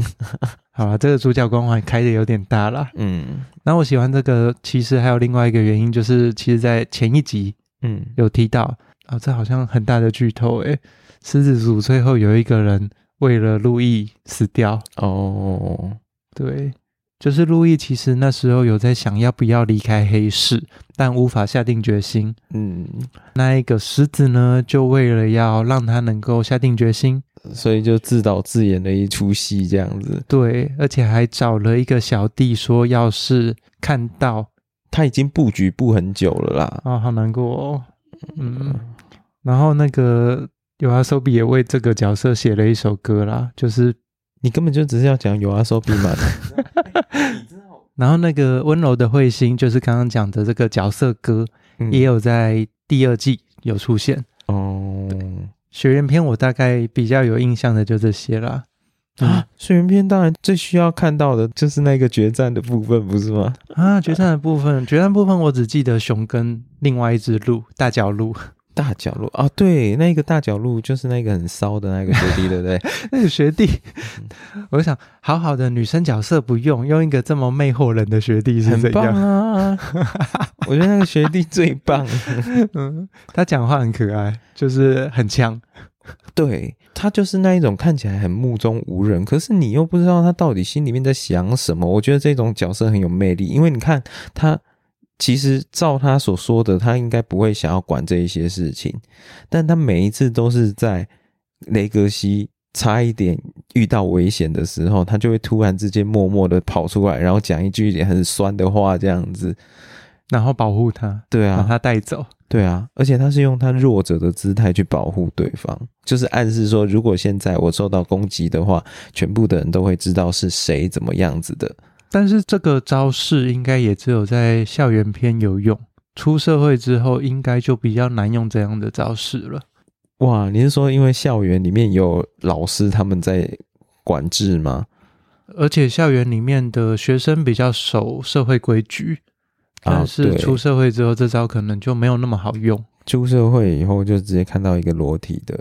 S3: 好了，这个主角光环开的有点大啦。
S4: 嗯
S3: 那我喜欢这个，其实还有另外一个原因，就是其实在前一集
S4: 嗯，
S3: 有提到啊、这好像很大的剧透诶、狮子组最后有一个人为了路易死掉，
S4: 哦，
S3: 对，就是路易其实那时候有在想要不要离开黑市，但无法下定决心。
S4: 嗯，
S3: 那一个狮子呢，就为了要让他能够下定决心，
S4: 所以就自导自演的一出戏这样子。
S3: 对，而且还找了一个小弟说，要是看到
S4: 他已经布局布很久了啦，
S3: 啊、好难过哦。嗯，然后那个有阿 s o b 也为这个角色写了一首歌啦，就是
S4: 你根本就只是要讲有啊阿手比 嘛，
S3: 然后那个温柔的彗星，就是刚刚讲的这个角色歌，
S4: 嗯
S3: 也有在第二季有出现。
S4: 哦。
S3: 学员篇我大概比较有印象的就这些啦。嗯
S4: 啊， 水原片当然最需要看到的就是那个决战的部分，不是吗？
S3: 啊，决战的部分，决战部分我只记得熊跟另外一只鹿大角 鹿，
S4: 大角鹿啊，对，那个大角鹿就是那个很骚的那个学弟，对 不对？
S3: 那个学弟，
S4: 嗯
S3: 我就想好好的女生角色不用，用一个这么魅惑人的学弟是
S4: 很
S3: 怎
S4: 棒
S3: 样？
S4: 啊！我觉得那个学弟最棒。
S3: 嗯，他讲话很可爱，就是很呛。
S4: 对他就是那一种看起来很目中无人，可是你又不知道他到底心里面在想什么。我觉得这种角色很有魅力，因为你看他其实照他所说的，他应该不会想要管这一些事情，但他每一次都是在雷格西差一点遇到危险的时候，他就会突然之间默默的跑出来，然后讲一句很酸的话，这样子。
S3: 然后保护他，
S4: 对
S3: 把
S4: 啊，
S3: 他带走。
S4: 对啊，而且他是用他弱者的姿态去保护对方，就是暗示说，如果现在我受到攻击的话，全部的人都会知道是谁怎么样子的。
S3: 但是这个招式应该也只有在校园篇有用，出社会之后应该就比较难用这样的招式了。
S4: 哇，你是说因为校园里面有老师他们在管制吗？
S3: 而且校园里面的学生比较守社会规矩，
S4: 啊
S3: 但，是
S4: 对
S3: 出社会之后这招可能就没有那么好用。
S4: 出社会以后就直接看到一个裸体的，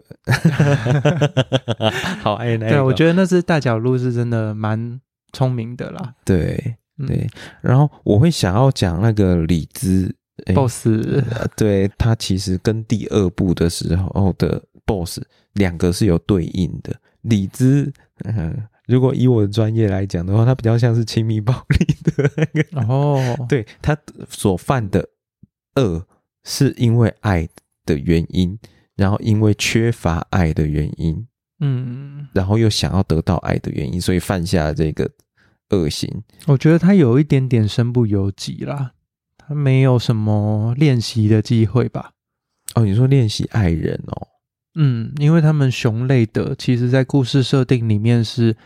S4: 好爱哎那一个
S3: 对，我觉得那只大角鹿是真的蛮聪明的啦。
S4: 对
S3: 嗯、
S4: 对。然后我会想要讲那个李兹。诶
S3: ，BOSS
S4: 呃对他其实跟第二部的时候的 BOSS 两个是有对应的。李兹，嗯，如果以我的专业来讲的话，他比较像是亲密暴力的那个。
S3: 哦，
S4: 对他所犯的恶，是因为爱的原因，然后因为缺乏爱的原因，
S3: 嗯，
S4: 然后又想要得到爱的原因，所以犯下了这个恶行。
S3: 我觉得他有一点点身不由己啦，他没有什么练习的机会吧。
S4: 哦，你说练习爱人哦，
S3: 嗯，因为他们熊类的，其实在故事设定里面是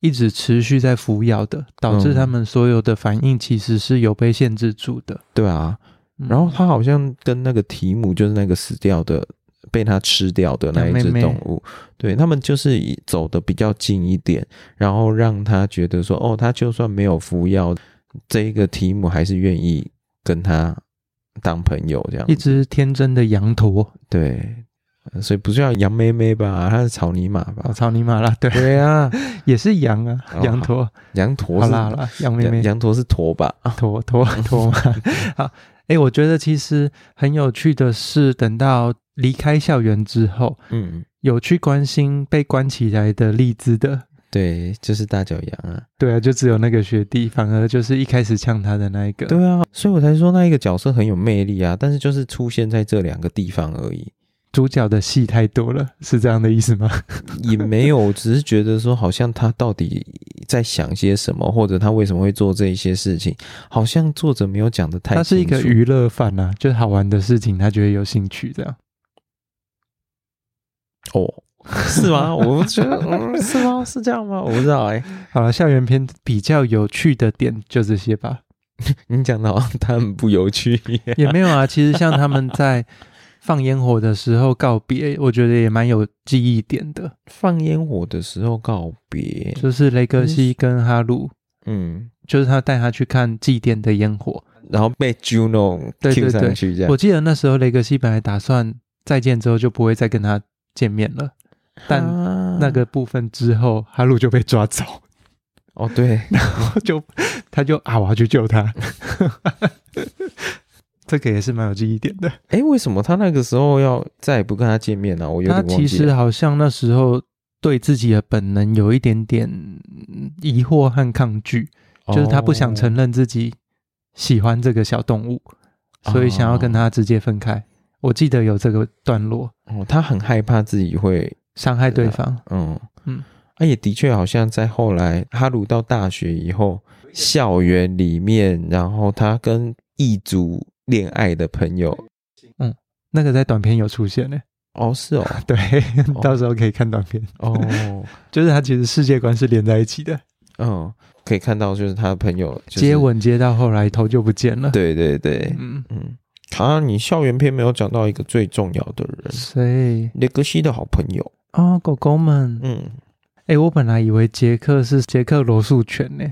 S3: 一直持续在服药的，导致
S4: 嗯
S3: 他们所有的反应其实是有被限制住的。
S4: 对啊，
S3: 嗯
S4: 然后他好像跟那个提姆，就是那个死掉的、被他吃掉的那一只
S3: 小妹妹
S4: 动物，对他们就是以走的比较近一点，然后让他觉得说，哦，他就算没有服药，这一个提姆还是愿意跟他当朋友这样
S3: 一
S4: 子。
S3: 只天真的羊驼，
S4: 对，呃所以不是叫杨妹妹吧？她是草泥马
S3: 我
S4: 吧？
S3: 操你妈啦！对，
S4: 对啊，
S3: 也是羊啊，
S4: 哦
S3: 羊驼。
S4: 羊驼
S3: 好
S4: 是
S3: 啦好啦，羊妹妹
S4: 羊，羊驼是驼吧？
S3: 驼 驼驼嘛。好，哎，我觉得其实很有趣的是，等到离开校园之后，
S4: 嗯，
S3: 有去关心被关起来的荔枝的。
S4: 对，就是大脚羊啊。
S3: 对啊，就只有那个学弟，反而就是一开始呛他的那一个。
S4: 对啊，所以我才说那一个角色很有魅力啊，但是就是出现在这两个地方而已，
S3: 主角的戏太多了，是这样的意思吗？
S4: 也没 有，只是觉得说好像他到底在想些什么，或者他为什么会做这一些事情，好像作者没有讲的太
S3: 他是一个
S4: 清楚
S3: 娱乐犯啊，就是好玩的事情，他觉得有兴趣这样。
S4: 哦，是吗？我不觉得、嗯、是吗？是这样吗？我不知道哎、
S3: 好了，校园片比较有趣的点就这些吧，
S4: 你讲的好像他很不有趣一样，
S3: 也没有啊。其实像他们在放烟火的时候告别， 我觉得也蛮有记忆点的，
S4: 放烟火的时候告别，
S3: 就是雷格西跟哈鲁，
S4: 嗯，
S3: 就是他带他去看祭奠的烟火。
S4: 然后被 Juno
S3: 对对
S4: Q
S3: 对
S4: 上去这样
S3: 我，记得那时候雷格西本来打算再见之后就不会再跟他见面了，但
S4: 啊
S3: 那个部分之后，哈鲁就被抓走。
S4: 哦对，
S3: 就他就啊，我要去救他。 这个也是蛮有记忆点的。
S4: 哎、为什么他那个时候要再也不跟他见面啊呢、我有点
S3: 他
S4: 忘
S3: 其
S4: 记
S3: 实啊
S4: 了
S3: 好像那时候对自己的本能有一点点嗯疑惑和抗拒，就是他不
S4: 哦
S3: 想承认自己喜欢这个小动物，所以
S4: 啊
S3: 想要跟他直接分开。我记得有这个段落，
S4: 哦哦他很害怕自己会
S3: 伤害对方。
S4: 嗯
S3: 嗯
S4: 嗯，啊，也的确好像在后来哈鲁到大学以后，校园里面，然后他跟异族恋爱的朋友，
S3: 那个在短片有出现呢、
S4: 哦，是哦，
S3: 对，
S4: 哦
S3: 到时候可以看短片。
S4: 哦，
S3: 就是他其实世界观是连在一起的，
S4: 嗯，可以看到就是他的朋友、就是、
S3: 接，吻接到后来头就不见了。，
S4: 对对对，
S3: 嗯，
S4: 嗯，啊，你校园篇没有讲到一个最重要的人，
S3: 所以
S4: 雷格西的好朋友，
S3: 哦，狗狗们，
S4: 嗯，
S3: 哎、我本来以为杰克是杰克罗素犬呢、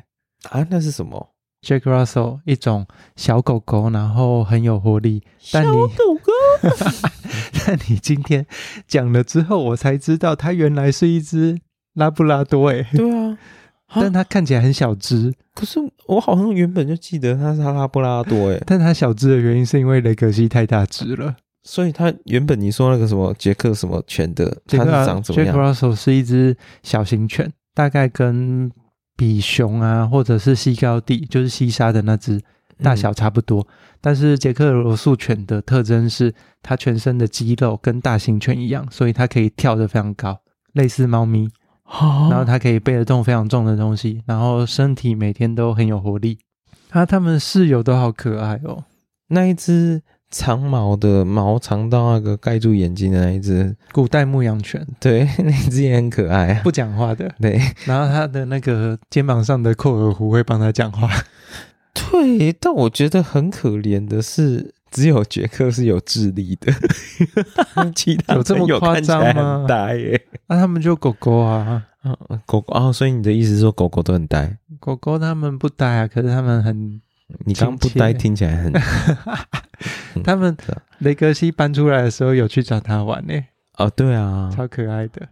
S4: 啊，那是什么？
S3: Jack Russell 一种小狗狗，然后很有活力。但你
S4: 狗狗，
S3: 但你今天讲了之后，我才知道它原来是一只拉布拉多诶、
S4: 对啊，啊
S3: 但它看起来很小只。
S4: 可是我好像原本就记得他是拉布拉 多，哎，
S3: 但它小只的原因是因为雷格西太大只了。
S4: 所以他原本你说那个什么杰克什么犬的，
S3: 杰
S4: 他
S3: 克啊
S4: 是长怎么
S3: Jack
S4: 样？
S3: Russell 是一只小型犬，大概跟比熊啊，或者是西高地，就是西沙的那
S4: 嗯
S3: 只大小差不多。但是捷克罗素犬的特征是它全身的肌肉跟大型犬一样，所以它可以跳得非常高，类似猫咪。然后
S4: 哦，
S3: 它可以背得动非常重的东西，然后身体每天都很有活力。啊，他们室友都好可爱哦。
S4: 那一只长毛的毛长到那个盖住眼睛的那一只，
S3: 古代牧羊犬
S4: 对， 那一只也很可爱啊。
S3: 不讲话的，
S4: 对
S3: 然后它的那个肩膀上的扣耳狐会帮它讲话。
S4: 对，但我觉得很可怜的是，只有杰克是有智力 的，其他
S3: 有这么
S4: 朋友看起来
S3: 夸张吗
S4: 很呆耶。
S3: 那、他们就狗狗啊，
S4: 啊狗狗哦，所以你的意思是说狗狗都很呆？
S3: 狗狗他们不呆啊，可是他们很，
S4: 你刚刚不
S3: 亲切
S4: 呆听起来 很
S3: 他们
S4: 是啊
S3: 雷格西搬出来的时候有去找他玩呢、
S4: 哦，对啊，
S3: 超可爱的，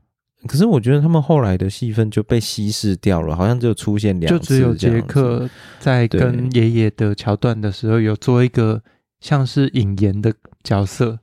S4: 可是我觉得他们后来的戏份就被稀释掉了，好像只有出现两
S3: 就
S4: 次，
S3: 只有杰。克在跟爷爷的桥段的时候有做一个像是引言的角色，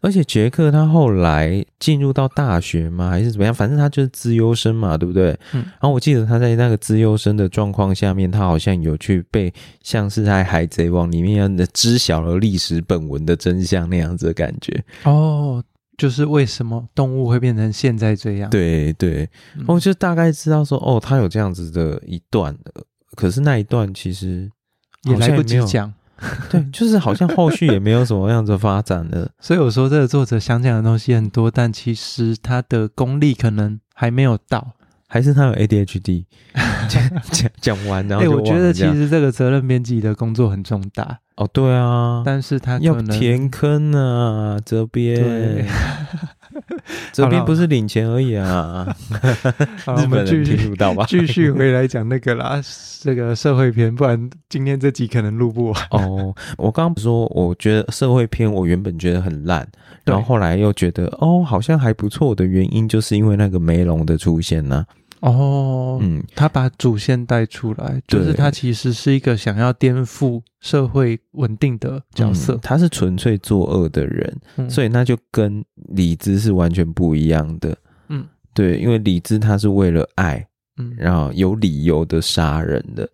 S4: 而且杰克他后来进入到大学吗？还是怎么样？反正他就是资优生嘛，对不对？
S3: 嗯
S4: 然后我记得他在那个资优生的状况下面，他好像有去被像是在《海贼王》里面的知晓了历史本文的真相那样子的感觉。
S3: 哦，就是为什么动物会变成现在这样？，
S4: 对对，
S3: 啊嗯
S4: 我就大概知道说，哦，他有这样子的一段，呃可是那一段其实
S3: 也来不
S4: 好像也没
S3: 及
S4: 有
S3: 讲。
S4: 对，
S3: 嗯
S4: 就是好像后续也没有什么样子的发展了。
S3: 所以我说，这个作者想讲的东西很多，但其实他的功力可能还没有到。
S4: 还是他有 ADHD？讲讲讲完，然后
S3: 哎、
S4: 就
S3: 我
S4: 忘
S3: 觉
S4: 了
S3: 得
S4: 这
S3: 其
S4: 样
S3: 实这个责任编辑的工作很重大，
S4: 哦，对啊，
S3: 但是他
S4: 要
S3: 可能
S4: 填坑啊，责
S3: 对
S4: 编，责
S3: 好
S4: 编
S3: 了
S4: 不是领钱而已 啊，
S3: 好呃我
S4: 日本
S3: 们
S4: 人
S3: 继
S4: 听
S3: 续
S4: 不到吧？
S3: 继续回来讲那个啦， 这个社会篇，不然今天这集可能录不完。
S4: 哦，我刚刚不是说，我觉得社会片我原本觉得很烂，
S3: 对
S4: 然后后来又觉得哦好像还不错的原因，就是因为那个梅龙的出现呢、
S3: 哦
S4: 嗯，
S3: 他把主线带出来，
S4: 对
S3: 就是他其实是一个想要颠覆社会稳定的角色
S4: 嗯，他是纯粹作恶的人，所
S3: 嗯以
S4: 以那就跟理智是完全不一样的。
S3: 嗯，
S4: 对，因为理智他是为了爱，
S3: 嗯
S4: 然后有理由的杀人的，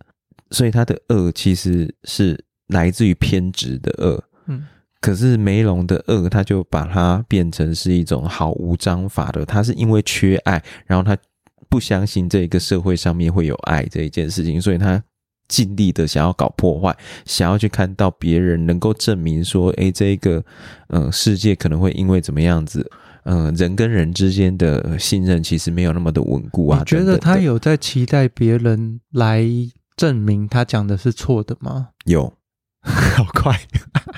S4: 所以他的恶其实是来自于偏执的恶。
S3: 嗯
S4: 可是梅龙的恶，他就把它变成是一种毫无章法的，他是因为缺爱，然后他不相信这个社会上面会有爱这一件事情，所以他尽力的想要搞破坏，想要去看到别人能够证明说，诶，这个呃世界可能会因为怎么样子，呃，人跟人之间的呃信任其实没有那么的稳固啊。
S3: 你觉
S4: 等
S3: 得
S4: 等
S3: 他
S4: 的
S3: 有在期待别人来证明他讲的是错的吗？
S4: 有，
S3: 好快，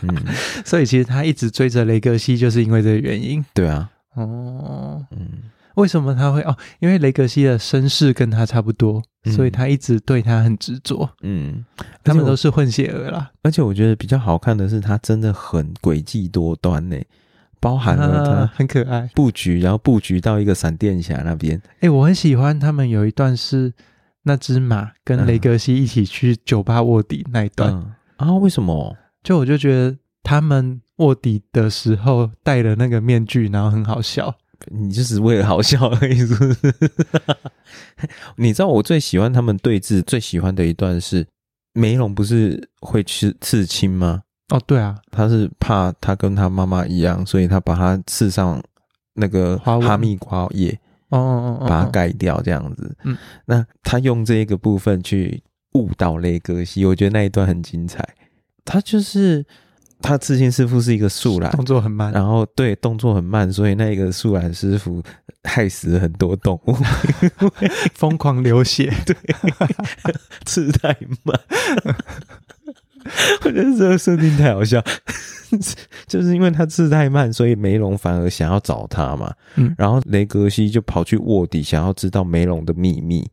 S4: 嗯，
S3: 所以其实他一直追着雷格西，就是因为这个原因。
S4: 对啊，
S3: 哦，
S4: 嗯，
S3: 为什么他会哦？因为雷格西的身世跟他差不多，
S4: 嗯
S3: 所以他一直对他很执着。
S4: 嗯，
S3: 他们
S4: 而且我
S3: 都是混血儿啦，
S4: 而且我觉得比较好看的是，它真的很诡计多端呢、包含了
S3: 啊
S4: 它
S3: 很可爱。
S4: 布局，然后布局到一个闪电侠那边。
S3: 哎、我很喜欢他们有一段是那只马跟雷格西一起去酒吧卧底那一段，
S4: 嗯啊，为什么？
S3: 就我就觉得他们卧底的时候戴了那个面具，然后很好笑。
S4: 你就只是为了好笑而已，是不是？ 你知道我最喜欢他们对峙，最喜欢的一段是梅龙不是会吃刺青吗？
S3: 哦，对啊，
S4: 他是怕他跟他妈妈一样，所以他把他刺上那个
S3: 花纹
S4: 哈密瓜叶，
S3: 哦哦哦，
S4: 把它盖掉这样子。
S3: 嗯，
S4: 那他用这个部分去误导雷格西，我觉得那一段很精彩。他就是他刺青师傅是一个素兰，
S3: 动作很慢，
S4: 然后对动作很慢，所以那个素兰师傅害死了很多动物，
S3: 疯狂流血，
S4: 刺太慢。 我觉得这个设定太好笑， 就是因为他刺太慢，所以梅隆反而想要找他嘛。
S3: 嗯
S4: 然后雷格西就跑去卧底，想要知道梅隆的秘密，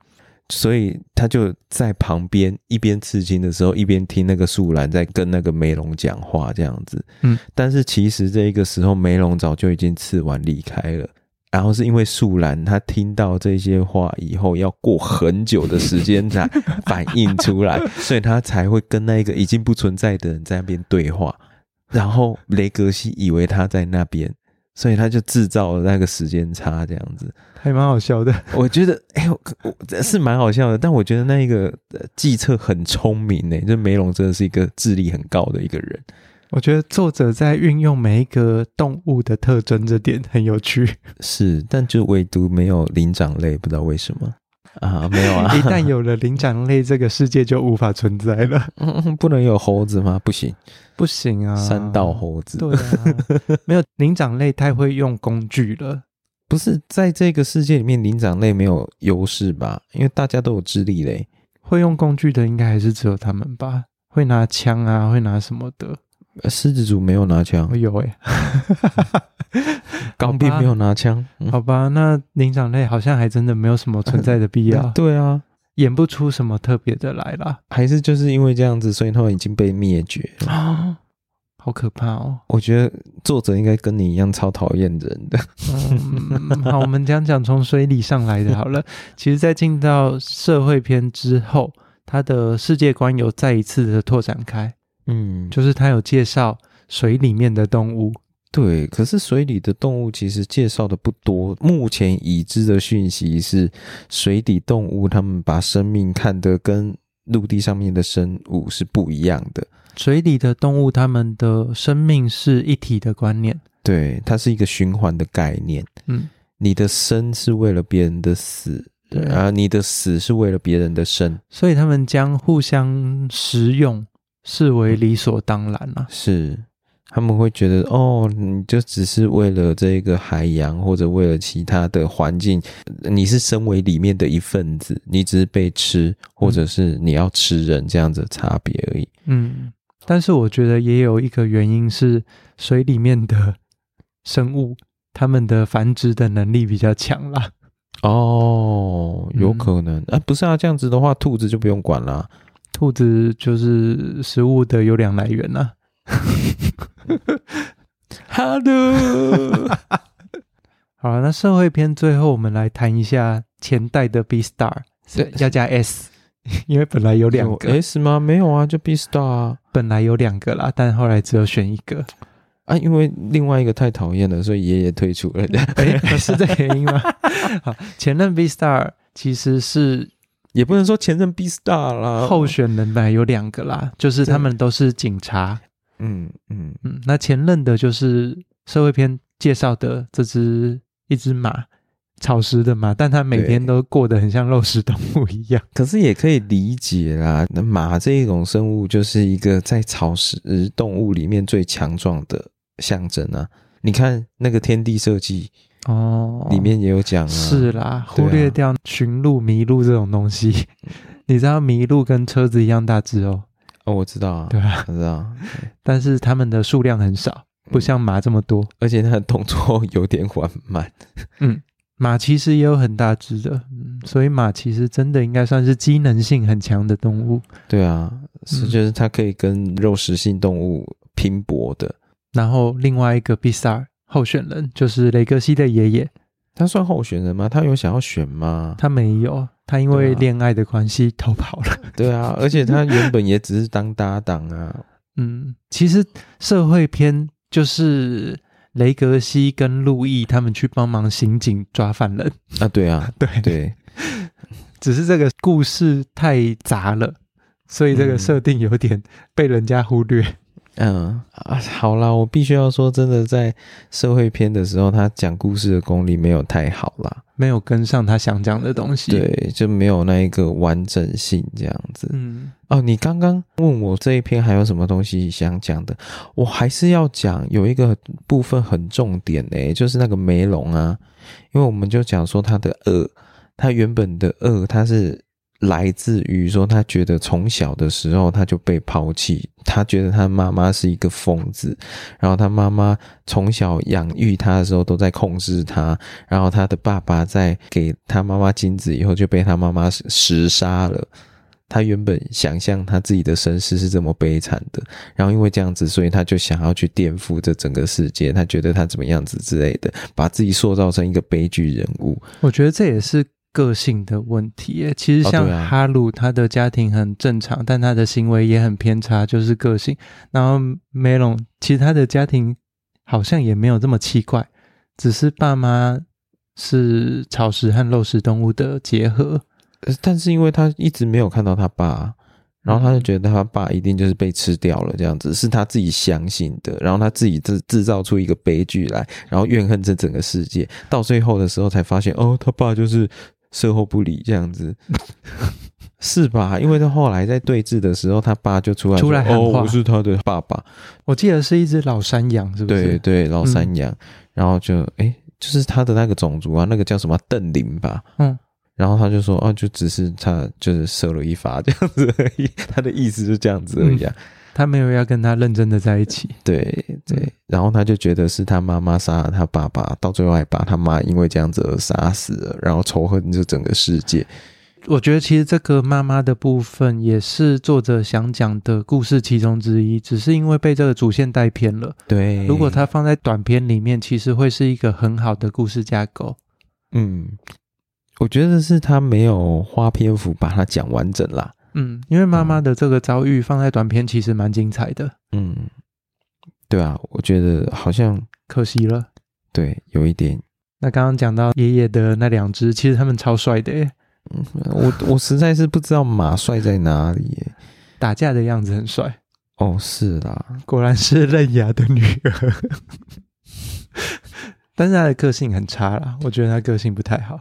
S4: 所以他就在旁边一边刺青的时候，一边听那个素兰在跟那个梅隆讲话，这样子。
S3: 嗯，
S4: 但是其实这个时候梅隆早就已经刺完离开了。然后是因为素兰她听到这些话以后，要过很久的时间才反应出来，所以她才会跟那个已经不存在的人在那边对话。然后雷格西以为他在那边，所以他就制造了那个时间差，这样子。
S3: 还蛮好笑的。
S4: 我觉得，哎、呦，我这是蛮好笑的，但我觉得那一个呃计策很聪明呢、就梅隆真的是一个智力很高的一个人。
S3: 我觉得作者在运用每一个动物的特征，这点很有趣。
S4: 是，但就唯独没有灵长类，不知道为什么啊，没有 啊，
S3: 一旦有了灵长类，这个世界就无法存在了。
S4: 嗯嗯不能有猴子吗？不行，
S3: 不行啊，
S4: 三道。猴子。
S3: 对啊，没有灵长类太会用工具了。
S4: 不是在这个世界里面，灵长类没有优势吧？因为大家都有智力嘞。
S3: 会用工具的应该还是只有他们吧？会拿枪啊，会拿什么的？
S4: 呃狮子族没哦有啊拿枪
S3: 我、，有 哎、
S4: 钢兵没有拿枪，嗯
S3: 好吧，那灵长类好像还真的没有什么存在的必 要，
S4: 对啊，
S3: 演不出什么特别的来 啦。
S4: 还是就是因为这样子，所以他们已经被灭绝了。
S3: 啊，好可怕哦！
S4: 我觉得作者应该跟你一样超讨厌人的。
S3: 嗯，好，我们讲讲从水里上来的好 了。其实，在进到社会篇之后，他的世界观有再一次的拓展开，
S4: 嗯，就
S3: 就是他有介绍水里面的动物，
S4: 对。可是水里的动物其实介绍的不多，目前已知的讯息是，水底动物他们把生命看得跟陆地上面的生物是不一样的。
S3: 水里的动物它们的生命是一体的观念。
S4: 对，它是一个循环的概念。
S3: 嗯，
S4: 你的生是为了别人的死，
S3: 对
S4: 而你的死是为了别人的生。
S3: 所以他们将互相食用视为理所当然啊啦、
S4: 是，他们会觉得哦，你就只是为了这个海洋或者为了其他的环境，呃你是身为里面的一份子，你只是被吃，或者是你要吃人这样子的差别而已。
S3: 嗯，但是我觉得也有一个原因是水里面的生物，它们的繁殖的能力比较强啦。
S4: 哦，有可能、啊，不是啊，这样子的话，兔子就不用管啦。
S3: 兔子就是食物的优良来源啊呐、
S4: Hello，
S3: 好了，那社会篇最后我们来谈一下前代的 B Star，
S4: 对
S3: 要加 S，因为 本来有两个，
S4: S 吗？没有啊，就 B Star 啊。
S3: 本来有两个啦，但后来只有选一 个。
S4: 啊，因为另外一个太讨厌了，所以爷爷退出了。
S3: 哎、 是这个原因吗？好，前任 B Star 其实是
S4: 也不能说前任 B Star 啦，
S3: 候选人本来有两个
S4: 哦
S3: 啦，就是他们都是警察。
S4: 嗯嗯
S3: 嗯，那前任的就是社会篇介绍的这只一只马，草食的马，但它每天
S4: 对
S3: 都过得很像肉食动物一样。
S4: 可是也可以理解啦，那马这一种生物就是一个在草食动物里面最强壮的象征啊。你看那个天地设计
S3: 哦
S4: 里面也有讲啊，
S3: 是啦，
S4: 对啊嗯
S3: 忽略掉寻路、迷路这种东西。你知道麋鹿跟车子一样大只哦，
S4: 哦，我知道啊，
S3: 对啊，
S4: 我知道，
S3: 但是它们的数量很少，
S4: 嗯
S3: 不像马这么多。
S4: 而且它的动作 有点缓慢。
S3: 马其实也有很大只的，嗯，所以马其实真的应该算是机能性很强的动物。
S4: 对啊，是
S3: 嗯
S4: 就是它可以跟肉食性动物拼搏的，
S3: 然后另外一个 B star 候选人就是雷格西的爷爷，
S4: 它算候选人吗？它有想要选吗？
S3: 他没有，他因
S4: 对
S3: 为
S4: 啊
S3: 恋爱的关系逃跑了。
S4: 对啊，而且它原本也只是当搭档啊，
S3: 嗯，其实社会篇就是雷格西跟路易他们去帮忙刑警抓犯人，
S4: 啊，对啊，
S3: 对，
S4: 对，
S3: 只是这个故事太杂了，所以这个
S4: 嗯
S3: 设定有点被人家忽略。
S4: 嗯啊，好啦，我必须要说，真的在社会篇的时候，他讲故事的功力没有太好啦，
S3: 没有跟上他想讲的东西。，
S4: 对，就没有那一个完整性这样子。
S3: 嗯，
S4: 哦，你刚刚问我这一篇还有什么东西想讲的，我还是要讲有一个部分很重点呢、就是那个梅龙啊，因为我们就讲说他的恶，他原本的恶，他是来自于说他觉得从小的时候他就被抛弃，他觉得他妈妈是一个疯子，然后他妈妈从小养育他的时候都在控制他，然后他的爸爸在给他妈妈精子以后就被他妈妈食杀了。他原本想象他自己的身世是这么悲惨的，然后因为这样子，所以他就想要去颠覆这整个世界。他觉得他怎么样子之类的，把自己塑造成一个悲剧人物。
S3: 我觉得这也是个性的问题耶。其实
S4: 哦
S3: 像
S4: 对啊
S3: 哈鲁，他的家庭很正常，但他的行为也很偏差，就是个性。然后梅隆，其实他的家庭好像也没有这么奇怪，只是爸妈是草食和肉食动物的结合。
S4: 呃但是因为他一直没有看到他爸，然
S3: 嗯
S4: 后他就觉得他爸一定就是被吃掉了，这样子是他自己相信的，然后他自己制制造出一个悲剧来，然后怨恨这整个世界。到最后的时候才发现，哦，他爸就是售后不理这样子。 是吧？因为他后来在对峙的时候，他爸就出来说
S3: 出来喊
S4: 哦，
S3: 话
S4: 我是他的爸爸。
S3: 我记得是一只老山羊，是不是？嗯
S4: 对对，老山羊，然后就哎，就是他的那个种族啊，那个叫什么邓林吧，
S3: 嗯，
S4: 然后他就说啊，就只是他就是射了一发这样子而已， 他的意思就这样子而已
S3: 嗯
S4: 啊，
S3: 他没有要跟他认真的在一起。
S4: 对
S3: 嗯
S4: 对，然后他就觉得是他妈妈杀了他爸爸，到最后还把他妈因为这样子而杀死了，然后仇恨这整个世界，
S3: 我觉得其实这个妈妈的部分也是作者想讲的故事其中之一，只是因为被这个主线带偏了。
S4: 对，
S3: 如果它放在短片里面，其实会是一个很好的故事架构。
S4: 嗯，我觉得是他没有花篇幅把它讲完整啦，
S3: 嗯，因为妈妈的这个遭遇放在短片其实蛮精彩的，
S4: 嗯，对啊，我觉得好像
S3: 可惜了。
S4: 对有一点
S3: 那刚刚讲到爷爷的那两只，其实他们超帅的耶，
S4: 嗯，我我实在是不知道马帅在哪里耶。
S3: 打架的样子很帅，
S4: 哦，是啦，
S3: 果然是刃牙的女儿。 但是他的个性很差啦，我觉得他个性不太好。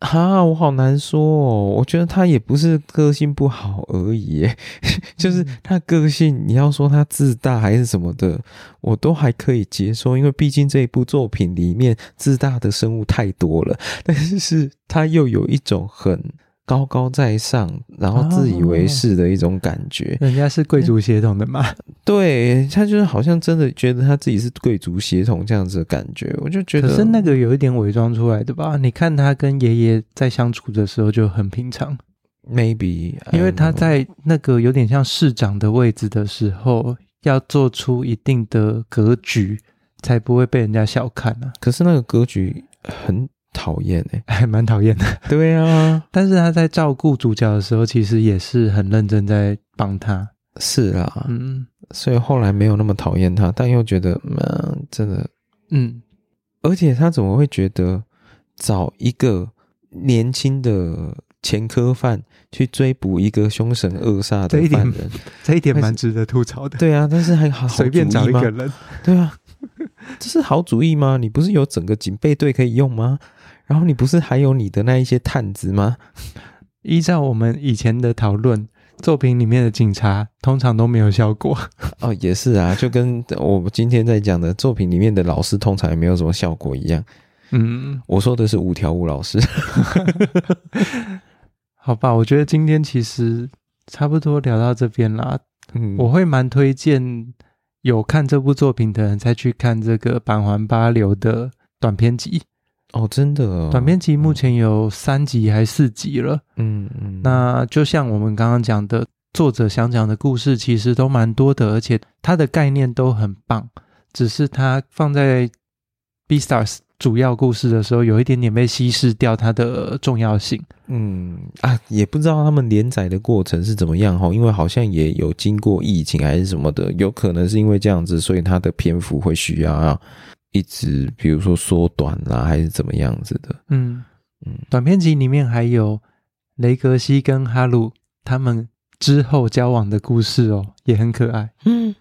S4: 哈，我好难说哦。我觉得他也不是个性不好而已耶， 就是
S3: 嗯
S4: 他个性，你要说他自大还是什么的，我都还可以接受，因为毕竟这一部作品里面自大的生物太多了。但是是他又有一种很高高在上，然后自以
S3: 啊
S4: 为是的一种感觉。
S3: 人家是贵族血统的嘛，
S4: 对他就是好像真的觉得他自己是贵族血统这样子的感觉，我就觉得。
S3: 可是那个有一点伪装出来的吧？你看他跟爷爷在相处的时候就很平常，
S4: maybe，
S3: 因为他
S4: I don't know
S3: 在那个有点像市长的位置的时候，要做出一定的格局，才不会被人家小看啊，
S4: 可是那个格局很讨厌哎。
S3: 还蛮讨厌的。
S4: 对啊，
S3: 但是他在照顾主角的时候，其实也是很认真在帮他。
S4: 是啦，
S3: 嗯
S4: 所以后来没有那么讨厌他，但又觉得嗯，真的，
S3: 嗯，
S4: 而且他怎么会觉得找一个年轻的前科犯去追捕一个凶神恶煞
S3: 这
S4: 的
S3: 一点
S4: 犯人？
S3: 这一点
S4: 蛮
S3: 值得吐槽的。
S4: 对啊，但是还 好
S3: 随便找一
S4: 好主
S3: 个
S4: 意吗
S3: 人，
S4: 对啊，这是好主意吗？你不是有整个警备队可以用吗？然后你不是还有你的那一些探子吗？
S3: 依照我们以前的讨论，作品里面的警察通常都没有效果。
S4: 哦，也是啊，就跟我今天在讲的作品里面的老师通常也没有什么效果一样。
S3: 嗯，
S4: 我说的是五条悟老师，
S3: 好吧，我觉得今天其实差不多聊到这边啦。
S4: 嗯，
S3: 我会蛮推荐有看这部作品的人再去看这个板环八流的短篇集。
S4: 哦，真的哦、
S3: 短篇集目前有三集还是四集了。
S4: 嗯，嗯嗯，
S3: 那就像我们刚刚讲的，作者想讲的故事其实都蛮多的，而且它的概念都很棒，只是它放在 B Stars 主要故事的时候，有一点点被稀释掉它的重要性。
S4: 嗯啊，也不知道他们连载的过程是怎么样哈，因为好像也有经过疫情还是什么的，有可能是因为这样子，所以它的篇幅会需要一直，比如说缩短啦、还是怎么样子的。
S3: 嗯
S4: 嗯，
S3: 短篇集里面还有雷格西跟哈鲁他们之后交往的故事哦，也很可爱。
S1: 嗯，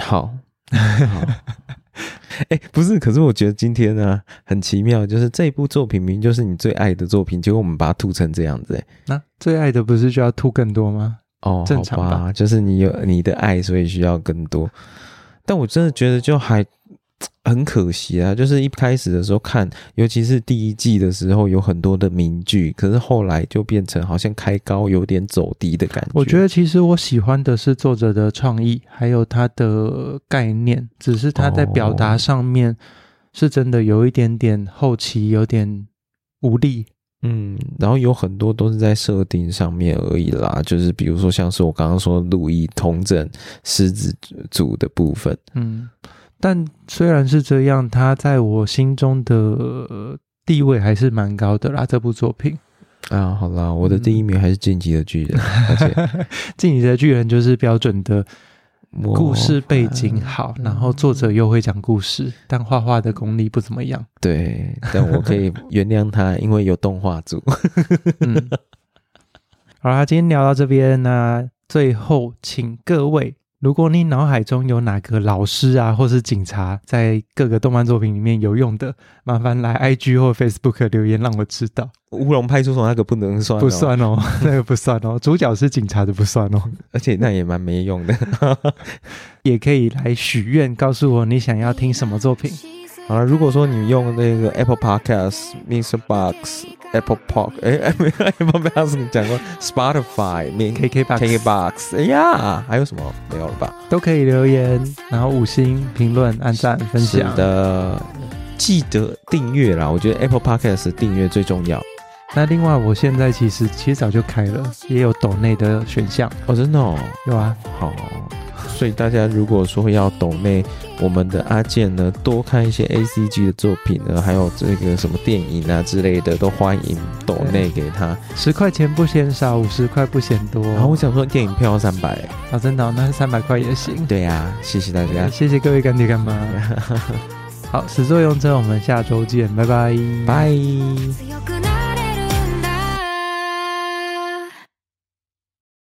S4: 好，好， 哎、不是，可是我觉得今天呢、很奇妙，就是这一部作品明明就是你最爱的作品，结果我们把它吐成这样子、哎，
S3: 那最爱的不是就要吐更多吗？
S4: 哦，
S3: 正常吧
S4: 好吧，就是你有你的爱，所以需要更多。但我真的觉得就还很可惜啊，就是一开始的时候看，尤其是第一季的时候，有很多的名句，可是后来就变成好像开高有点走低的感觉。
S3: 我觉得其实我喜欢的是作者的创意，还有他的概念，只是他在表达上面是真的有一点点后期有点无力。
S4: 嗯，然后有很多都是在设定上面而已啦，就是比如说像是我刚刚说路易同整狮子组的部分，
S3: 嗯，但虽然是这样，他在我心中的呃地位还是蛮高的啦。这部作品
S4: 啊，好啦，我的第一名还是晋级的巨人，而 且
S3: 《进击的巨人》就是标准的
S4: 我嗯
S3: 故事背景
S4: 哦
S3: 好，然后作者又会讲故事，但画画的功力不怎么样。
S4: 对，但我可 以原谅他，因为有动画组。
S3: 嗯，好啦，今天聊到这边呢，最后请各位，如果你脑海中有哪个老师啊，或是警察在各个动漫作品里面有用的，麻烦来 IG 或 Facebook 留言让我知道。
S4: 乌龙派出所那个不能算、
S3: 不，算哦，那个不算哦，主角是警察的不算哦。
S4: 而且那也蛮没用 的。
S3: 也可以来许愿，告诉我你想要听什么作品。
S4: 好了，如果说你用那个 Apple Podcast、Mr. Box、Apple Park，哎哎，没有 Apple Box 你讲过 Spotify、K
S3: KKBOX
S4: K Box，哎呀，还有什么没有了吧？
S3: 都可以留言，然后五星评论、按赞、分
S4: 是
S3: 享。
S4: 的，记得订阅啦，我觉得 Apple Podcast 的订阅最重要。
S3: 那另外，我现在其实其实早就开了，也有抖内的选项，
S4: 哦，真的哦。
S3: 有啊，
S4: 好，所以大家如果说要抖内我们的阿健呢，多看一些 A C G 的作品呢，还有这个什么电影啊之类的，都欢迎抖内给他。
S3: 十块钱不嫌少，五十块不嫌多。
S4: 然后我想说，电影票三百，
S3: 啊，真的哦、那三百块也行。
S4: 对呀、啊谢谢大家，
S3: 谢谢各位干爹 干妈。好，始作俑者，我们下周见，拜拜，
S4: 拜。
S2: 強く